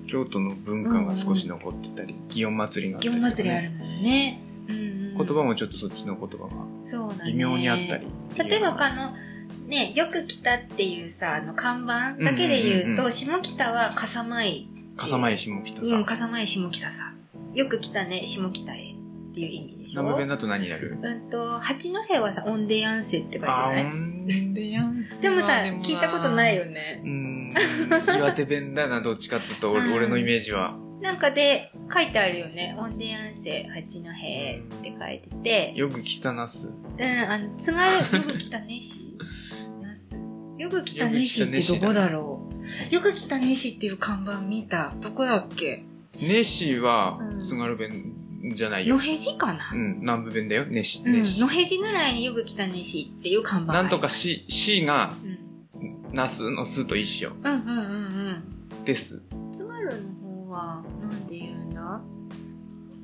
Speaker 3: 京都の文化が少し残ってたり、祇園祭りがあった
Speaker 2: 祇
Speaker 3: りと
Speaker 2: 園
Speaker 3: かね、
Speaker 2: 祭りあるもんね。うんうん。
Speaker 3: 言葉もちょっとそっちの言葉が
Speaker 2: そうだね。
Speaker 3: 微妙にあったり。
Speaker 2: 例えばあの、ね、よく来たっていうさ、あの、看板だけで言うと、
Speaker 3: うんうんうんうん
Speaker 2: 下北は笠間井。
Speaker 3: 笠間井下北さ
Speaker 2: うんん、。笠間井下北さ。よく来たね、下北へっていう意味でしょ。
Speaker 3: 南部弁だと何になる
Speaker 2: うんと、八戸はさ、オンデヤンセって書いて
Speaker 3: あ
Speaker 2: ない
Speaker 3: ー、オンデヤンス
Speaker 2: でもさ、
Speaker 3: はな
Speaker 2: 聞いたことないよ。ね
Speaker 3: う。ん、岩手弁だな、どっちかっつうと、
Speaker 2: う
Speaker 3: 俺
Speaker 2: ん
Speaker 3: 俺のイメージは。
Speaker 2: なんかで、書いてあるよね。オンデヤンセ八戸って書いてて。
Speaker 3: よく来たなす。
Speaker 2: うん、あの、津軽、よく来たねし。なす。よく来たねしってどこだろう。よく来たねしっていう看板見た。どこだっけ
Speaker 3: ネシは
Speaker 2: う、ん
Speaker 3: 津軽弁じゃないよ
Speaker 2: 野。辺地かな
Speaker 3: う、ん、南部弁だよ、ネシ。
Speaker 2: うん、
Speaker 3: ネ
Speaker 2: 野
Speaker 3: シ
Speaker 2: 辺地ぐらいによく来たねしっていう看板。
Speaker 3: なんとか。し、しが、
Speaker 2: うん。
Speaker 3: ナスのすと一緒
Speaker 2: うんうんうんうん。
Speaker 3: です。
Speaker 2: 津軽の方は、野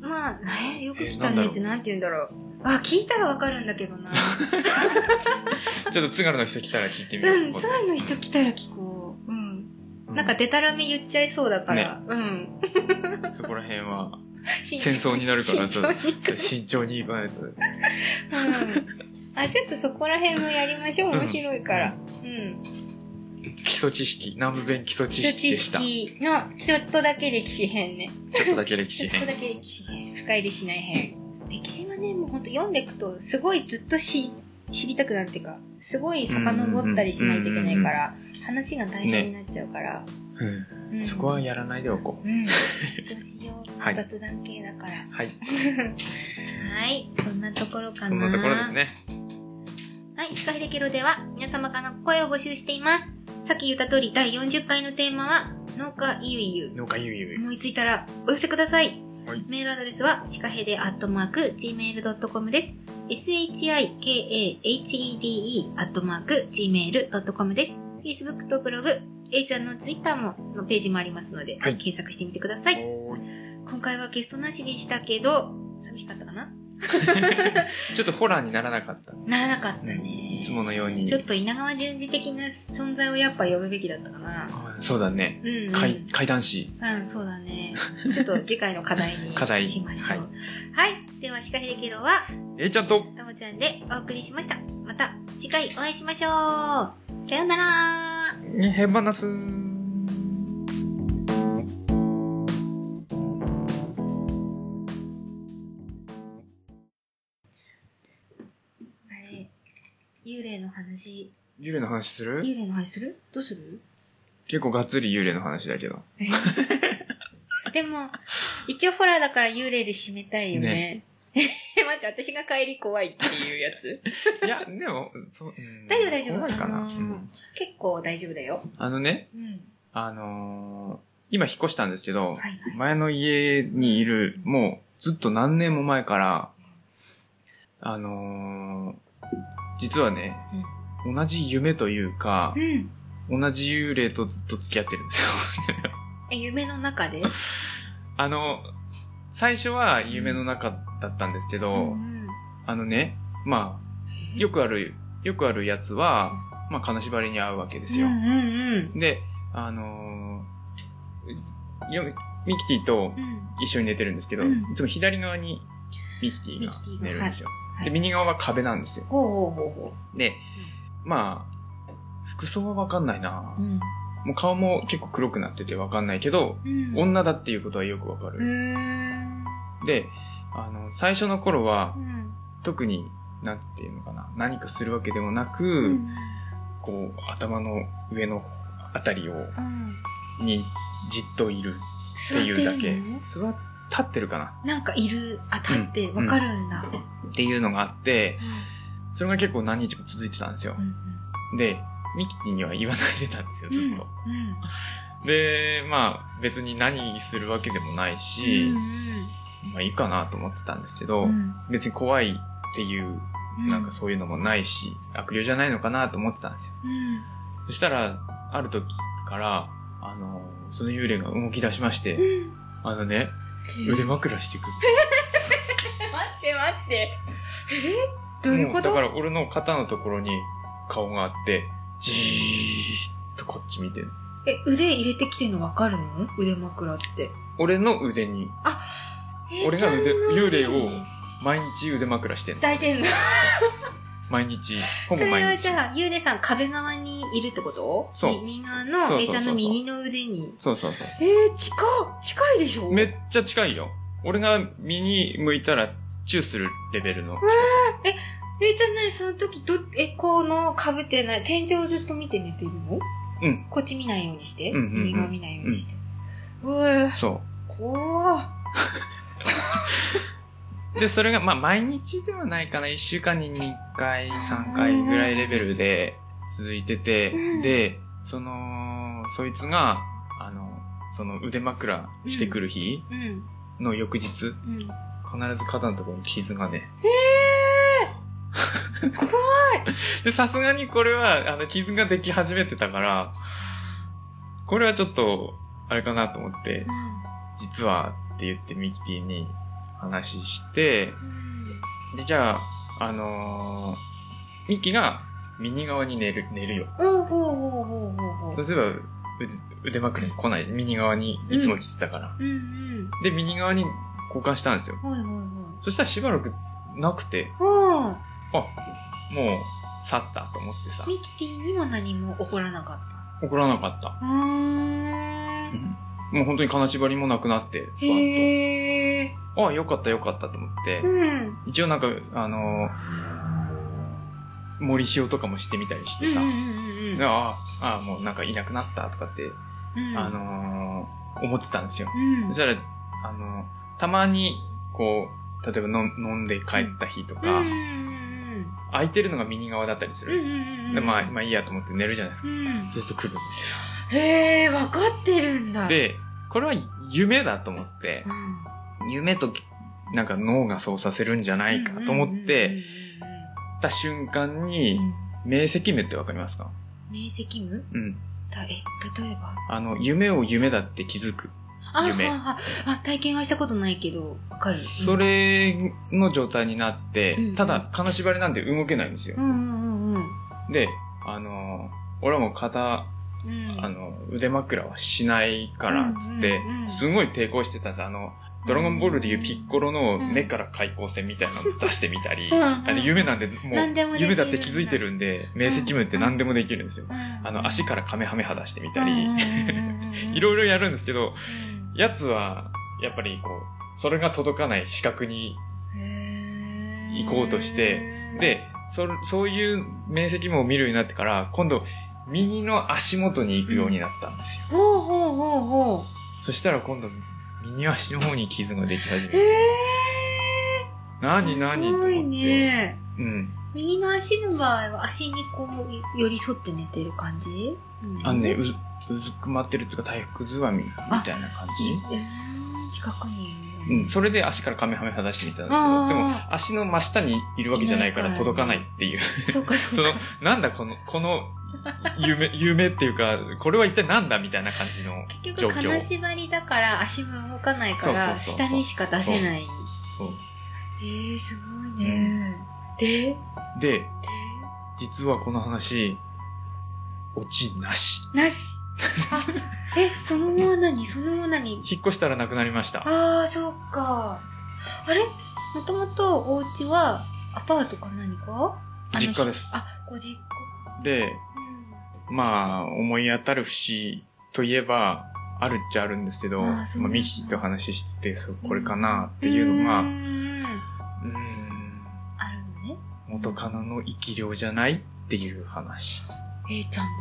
Speaker 2: まあ、え、よく来たねってなんて言うんだろう。あ、聞いたらわかるんだけど な。
Speaker 3: ちょっと津軽の人来たら聞いてみよう。
Speaker 2: うん、津軽の人来たら聞こう。うん。なんか、でたらめ言っちゃいそうだから。うん。
Speaker 3: うんそこら辺は、
Speaker 2: 慎
Speaker 3: 戦
Speaker 2: 重
Speaker 3: 争になるから、
Speaker 2: 慎
Speaker 3: ち
Speaker 2: 重
Speaker 3: ょ
Speaker 2: に
Speaker 3: っと慎重に行かないと。
Speaker 2: うん。あ、ちょっとそこら辺もやりましょう。
Speaker 3: うん
Speaker 2: 面白いから。うん。
Speaker 3: 基礎知識、南部弁基礎知
Speaker 2: 基礎
Speaker 3: 識
Speaker 2: 知
Speaker 3: でした。ち
Speaker 2: 識の、ちょっとだけ歴史編ね。
Speaker 3: ょっとだけ歴史
Speaker 2: ちょっと
Speaker 3: 編。
Speaker 2: だけ歴史編。深入りしない編。歴史はね、もうほんと読んでいくと、すごいずっとし知りたくなるっていうか、すごい遡ったりしないといけないから、話が大変になっちゃうから。 う
Speaker 3: うん
Speaker 2: ん
Speaker 3: そこはやらないでおこ
Speaker 2: うん。そうしよう。
Speaker 3: はい
Speaker 2: 雑談系だから。
Speaker 3: う。はい。
Speaker 2: はい。そんなところかな。
Speaker 3: そんなところです。ね。
Speaker 2: はい。シカヘデケロでは、皆様からの声を募集しています。さっき言った通り、第40回のテーマは、農家ゆいゆ。
Speaker 3: 農家ゆいゆい。
Speaker 2: 思いついたらお寄せください。
Speaker 3: はい
Speaker 2: メールアドレスは、シカヘデアットマーク、gmail.com です。shikahede アットマーク、gmail.com です。Facebook とブログ、A ちゃんの Twitter も、のページもありますので、
Speaker 3: はい
Speaker 2: 検索してみてください。
Speaker 3: おーい
Speaker 2: 今回はゲストなしでしたけど、寂しかったかな
Speaker 3: ちょっとホラーにならなかった。
Speaker 2: ならなかったね。
Speaker 3: いつものように
Speaker 2: ちょ。っと稲川淳二的な存在をやっぱ呼ぶべきだったかな。
Speaker 3: あそうだね。
Speaker 2: うん、うん。
Speaker 3: 怪怪談師。
Speaker 2: うん、そうだね。ちょっと次回の 課題に
Speaker 3: 課題
Speaker 2: しましょう。はい、では、シカヘレケロは、
Speaker 3: えいちゃんと、
Speaker 2: ともちゃんでお送りしました。また次回お会いしましょう。さようなら
Speaker 3: へばなす。
Speaker 2: あれ、幽霊の話、
Speaker 3: 幽霊の話する
Speaker 2: 幽霊の話するどうす る
Speaker 3: 結構がっつり幽霊の話だ けど。
Speaker 2: でも、一応ホラーだから幽霊で締めたいよね。え 待って、私が帰り怖いっていうや つ。
Speaker 3: いや、でも、そう、うん
Speaker 2: 大丈夫大丈夫
Speaker 3: 怖いかな。
Speaker 2: あ
Speaker 3: う
Speaker 2: のー
Speaker 3: ん
Speaker 2: 結構大丈夫だよ。
Speaker 3: あのね、
Speaker 2: うん。
Speaker 3: あのー今引っ越したんですけど、
Speaker 2: はいはい。
Speaker 3: 前の家にいる、もうずっと何年も前から、あのー実はね、同じ夢というか
Speaker 2: う、ん。
Speaker 3: 同じ幽霊とずっと付き合ってるんですよ。
Speaker 2: え、夢の中で
Speaker 3: あの、最初は夢の中だったんですけど、
Speaker 2: うん
Speaker 3: あのね、まあ、よくある、よくあるやつは、まあ、金縛りに合うわけですよ
Speaker 2: う。んうん
Speaker 3: で、あのーよミキティと
Speaker 2: うん。うん。
Speaker 3: 一緒に寝てるんですけど、
Speaker 2: うん
Speaker 3: いつも左側にミキティが
Speaker 2: ミキティが
Speaker 3: 寝るんですよ。
Speaker 2: はい
Speaker 3: で、右側は壁なんですよ。
Speaker 2: ほうほうほうほ
Speaker 3: で、まあ、服装はわかんないな
Speaker 2: う。うん。
Speaker 3: もう顔も結構黒くなっててわかんないけど、
Speaker 2: うん。
Speaker 3: 女だっていうことはよくわか
Speaker 2: うー
Speaker 3: る。
Speaker 2: ん。
Speaker 3: で、あの、最初の頃は
Speaker 2: う、ん。
Speaker 3: 特に、なんていうのかな、何かするわけでもなく、
Speaker 2: うん。
Speaker 3: こう、頭の上のあたりを、
Speaker 2: うん。
Speaker 3: にじっといるって
Speaker 2: 座って
Speaker 3: い
Speaker 2: る
Speaker 3: うだけ
Speaker 2: の。
Speaker 3: 座っ、立ってるかな
Speaker 2: なんかいる、あ、立って、わかるんだ。
Speaker 3: っていうのがあって、それが結構何日も続いてたんですよ
Speaker 2: うん。。
Speaker 3: で、ミキティには言わないでたんですよ、
Speaker 2: うん。
Speaker 3: ずっと。で、まあ、別に何するわけでもないし、まあいいかなと思ってたんですけど、
Speaker 2: うん。うん。
Speaker 3: 別に怖いっていう、
Speaker 2: う
Speaker 3: なんかそういうのもないし、悪霊じゃないのかなと思ってたんですよ。
Speaker 2: うん。
Speaker 3: そしたら、ある時から、あの、その幽霊が動き出しまして、
Speaker 2: うん。
Speaker 3: あのね、腕枕してくる。
Speaker 2: 待って待って。えどういうこ
Speaker 3: もだ
Speaker 2: と
Speaker 3: から俺の肩のところに顔があって、じーっとこっち見てる。
Speaker 2: え、腕入れてきてるのわかるの腕枕って。
Speaker 3: 俺の腕に、俺が腕幽霊を毎日腕枕してんの。
Speaker 2: 抱いてんの。
Speaker 3: 毎日、ほ
Speaker 2: そ
Speaker 3: ぼ
Speaker 2: れは
Speaker 3: 毎
Speaker 2: じ
Speaker 3: 日。
Speaker 2: ゃあ、ゆうでさん壁側にいるってこと
Speaker 3: そう
Speaker 2: 右側
Speaker 3: そうそう
Speaker 2: の、
Speaker 3: そう
Speaker 2: え
Speaker 3: そう
Speaker 2: ちゃんの右の腕に。
Speaker 3: そうそうそう。
Speaker 2: えー、近っ近いでしょ
Speaker 3: めっちゃ近いよ。俺が身に向いたら、チューするレベルの。
Speaker 2: えー、じゃあ何その時ど、え、この被ってない、天井をずっと見て寝てるの
Speaker 3: うん。
Speaker 2: こっち見ないようにして、
Speaker 3: うんうんうん
Speaker 2: 右側見ないようにして。うわ
Speaker 3: そ
Speaker 2: 怖っ
Speaker 3: う。で、それが、まあ、毎日ではないかな。一週間に2回、3回ぐらいレベルで続いてて
Speaker 2: う、ん
Speaker 3: で、その、そいつが、あの、その腕枕してくる日
Speaker 2: うん、
Speaker 3: の翌日、
Speaker 2: うん。
Speaker 3: 必ず肩のところに傷がね。
Speaker 2: えー、怖い
Speaker 3: で、さすがにこれは、あの、傷ができ始めてたから、これはちょっと、あれかなと思って、実はって言ってミキティに、話して、で、じゃあ、あのー、ミキが右側に寝る、寝るよ。
Speaker 2: おうほうほうほうほうほ。
Speaker 3: そううすれば、う腕枕に来ない。右側にいつも来てたから。
Speaker 2: うんうん。
Speaker 3: で、右側に交換したんですよ。
Speaker 2: はいはい
Speaker 3: そしたらしばらくなくて、
Speaker 2: はい。は
Speaker 3: あ、もう去ったと思ってさ
Speaker 2: あ、、ミキティにも何も起こらなかった。
Speaker 3: 怒らなかった。
Speaker 2: うーん。
Speaker 3: もう本当に金縛りもなくなって、スワッ
Speaker 2: へえ。
Speaker 3: と。あ、よかったよかったと思って
Speaker 2: う、ん。
Speaker 3: 一応なんか、あのー、森塩とかもしてみたりしてさ、
Speaker 2: うんう
Speaker 3: あ
Speaker 2: んうんうん。
Speaker 3: あ、あもうなんかいなくなったとかって、
Speaker 2: うん
Speaker 3: あ、のー、思ってたんですよ。
Speaker 2: うん
Speaker 3: そ。したら、あのー、たまに、こう、例えばの飲んで帰った日とか、空いてるのが右側だったりするんですよ。で、まあ、まあいいやと思って寝るじゃないですか。
Speaker 2: うん
Speaker 3: そうすると来るんですよ。
Speaker 2: へえ、分かってるんだ。
Speaker 3: で、これは夢だと思って
Speaker 2: う、ん、
Speaker 3: 夢となんか脳がそうさせるんじゃないかと思って、た瞬間
Speaker 2: うんうんうんうん
Speaker 3: に
Speaker 2: うん、、
Speaker 3: 明晰夢ってわかりますか
Speaker 2: 明晰夢
Speaker 3: うん。
Speaker 2: たえ、例えば
Speaker 3: あの、夢を夢だって気づく。
Speaker 2: あ
Speaker 3: 夢
Speaker 2: ははあ、体験はしたことないけど、わかる。
Speaker 3: そ、れの状態になって
Speaker 2: うん、
Speaker 3: ただ、金縛りなんて動けないんですよ
Speaker 2: う。んうんうんうん。
Speaker 3: で、あの、俺はもう肩、
Speaker 2: うん
Speaker 3: あの、腕枕はしないから、つって
Speaker 2: うんうんう、ん
Speaker 3: すごい抵抗してたんです。あの、ドラゴンボールでいうピッコロの
Speaker 2: うん
Speaker 3: 目から開口線みたいなの出してみたり、
Speaker 2: うんうん
Speaker 3: あの夢なんで、も
Speaker 2: 何でもで
Speaker 3: う、
Speaker 2: きるんだ
Speaker 3: 夢だって気づいてるんで、明晰夢って何でもできるんですよ。あの、足からカメハメハ出してみたり、 いろい
Speaker 2: ろ。
Speaker 3: ろやるんですけど、やつは、やっぱりこう、それが届かない視覚に、行こうとしてで、そ、そういう明晰夢を見るようになってから、今度、右の足元に行くようになったんですよ。
Speaker 2: うん、ほうほうほうほ
Speaker 3: そしたら今度、右足の方に傷ができ始め
Speaker 2: う。へ
Speaker 3: る。
Speaker 2: え。
Speaker 3: 何何
Speaker 2: す
Speaker 3: と
Speaker 2: ごい
Speaker 3: 思って。
Speaker 2: ね。
Speaker 3: うん。
Speaker 2: 右の足の場合は足にこう寄り添って寝てる感じ、うん
Speaker 3: あのね、うず、うずくまってるつうか体育座りみたいな感じ。
Speaker 2: うん近くにいる
Speaker 3: うん、それで足からカメハメは出してみたんだけ
Speaker 2: あ
Speaker 3: ど、
Speaker 2: ー
Speaker 3: でも足の真下にいるわけじゃないか
Speaker 2: い
Speaker 3: ら
Speaker 2: ないから
Speaker 3: 届かないっていう。
Speaker 2: そうかそ
Speaker 3: そうの
Speaker 2: か。、
Speaker 3: なんだこの、この、夢、夢っていうか、これは一体なんだみたいな感じの
Speaker 2: 結
Speaker 3: 状
Speaker 2: 局
Speaker 3: 況
Speaker 2: 金。縛りだから足も動かないから
Speaker 3: そうそうそうそう
Speaker 2: 下にしか出せない。
Speaker 3: そう。
Speaker 2: えー、すごいね。で、で、
Speaker 3: で、実はこの話、オチなし。
Speaker 2: な し。あ、え、その後は何その後は何
Speaker 3: 引っ越したらなくなりました。
Speaker 2: ああ、そうか。あれもともとお家はアパートか何かあの
Speaker 3: 実家です。
Speaker 2: あ、ご実家。
Speaker 3: で、まあ、思い当たる節といえば、あるっちゃあるんですけど、
Speaker 2: あー
Speaker 3: ま
Speaker 2: そう
Speaker 3: あ、
Speaker 2: なんだ
Speaker 3: ミキと話してて、そう、これかなっていうのが、
Speaker 2: ん
Speaker 3: う
Speaker 2: うんうん
Speaker 3: ーん、
Speaker 2: あるのね。
Speaker 3: 元カノの生き量じゃないっていう話。
Speaker 2: えいちゃんの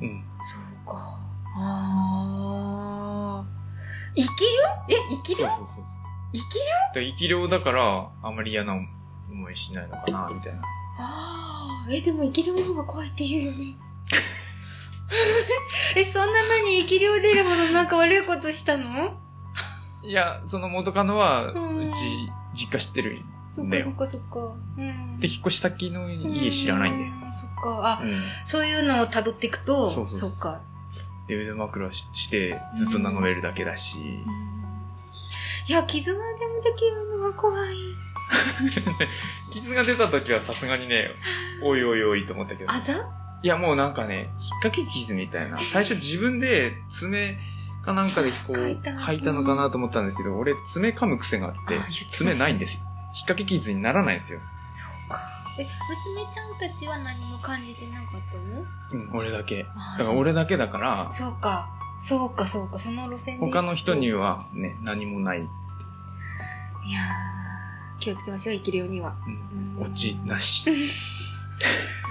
Speaker 3: うん。
Speaker 2: そうか。ああ。生きるえ、生き
Speaker 3: そ
Speaker 2: る
Speaker 3: うそうそうそう。
Speaker 2: 生きる
Speaker 3: で生き量だから、あまり嫌な思いしないのかな、みたいな。
Speaker 2: ああ。え、でも生きるものが怖いって言うよ ね。え、そんな何生き量出るほどなんか悪いことしたの
Speaker 3: いや、その元カノは、う
Speaker 2: うん
Speaker 3: ち、実家知ってる
Speaker 2: そ
Speaker 3: ん
Speaker 2: っ
Speaker 3: だ
Speaker 2: かそ
Speaker 3: よ
Speaker 2: っ。かそっか。うん。
Speaker 3: で、引っ越し先の家知らないんだよ。
Speaker 2: うそっか。あ、
Speaker 3: うん。
Speaker 2: そういうのを辿っていくと、
Speaker 3: そうそう
Speaker 2: そっか。
Speaker 3: で、腕枕しして、ずっと眺めるだけだし。
Speaker 2: いや、傷がでもできるのは怖い。
Speaker 3: 傷が出た時はさすがにね、おいおいおいと思ったけど。
Speaker 2: あざ
Speaker 3: いや、もうなんかね、引っ掛け傷みたいな。最初自分で爪かなんかでこう、
Speaker 2: かいた
Speaker 3: かいたのかなと思ったんですけど、俺爪噛む癖があっ
Speaker 2: あ
Speaker 3: て
Speaker 2: 言ってまし、た
Speaker 3: 爪ないんですよ。引っ掛け傷にならないんですよ。
Speaker 2: そうか。え、娘ちゃんたちは何も感じてなかったの
Speaker 3: うん、俺だけ。
Speaker 2: あ
Speaker 3: だから俺だけだから、
Speaker 2: そうか。そうか、そうか、その路線で。
Speaker 3: 他の人。にはね、何もない。
Speaker 2: いやー気をつけましょう、生きるようには。
Speaker 3: うん、落ちなし。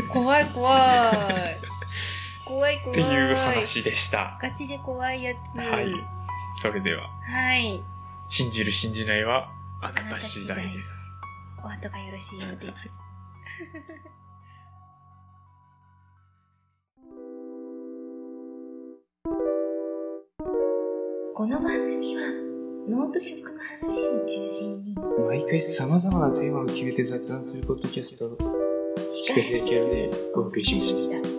Speaker 2: 怖い、怖い。怖い、怖い。
Speaker 3: っていう。話でした。
Speaker 2: ガチで怖いやつ。
Speaker 3: はい。それでは、
Speaker 2: はい。
Speaker 3: 信じる信じないは、あ
Speaker 2: あ
Speaker 3: な
Speaker 2: なた
Speaker 3: た
Speaker 2: 次
Speaker 3: 次
Speaker 2: 第
Speaker 3: 第
Speaker 2: で
Speaker 3: ですす。。
Speaker 2: お後がよろしいようで。この番組は、脳と食の話を中心に、
Speaker 3: 毎回様々なテーマを決めて雑談するポッドキャスト、
Speaker 2: 歯
Speaker 3: シカヘイキャルでお送りしました。
Speaker 2: た。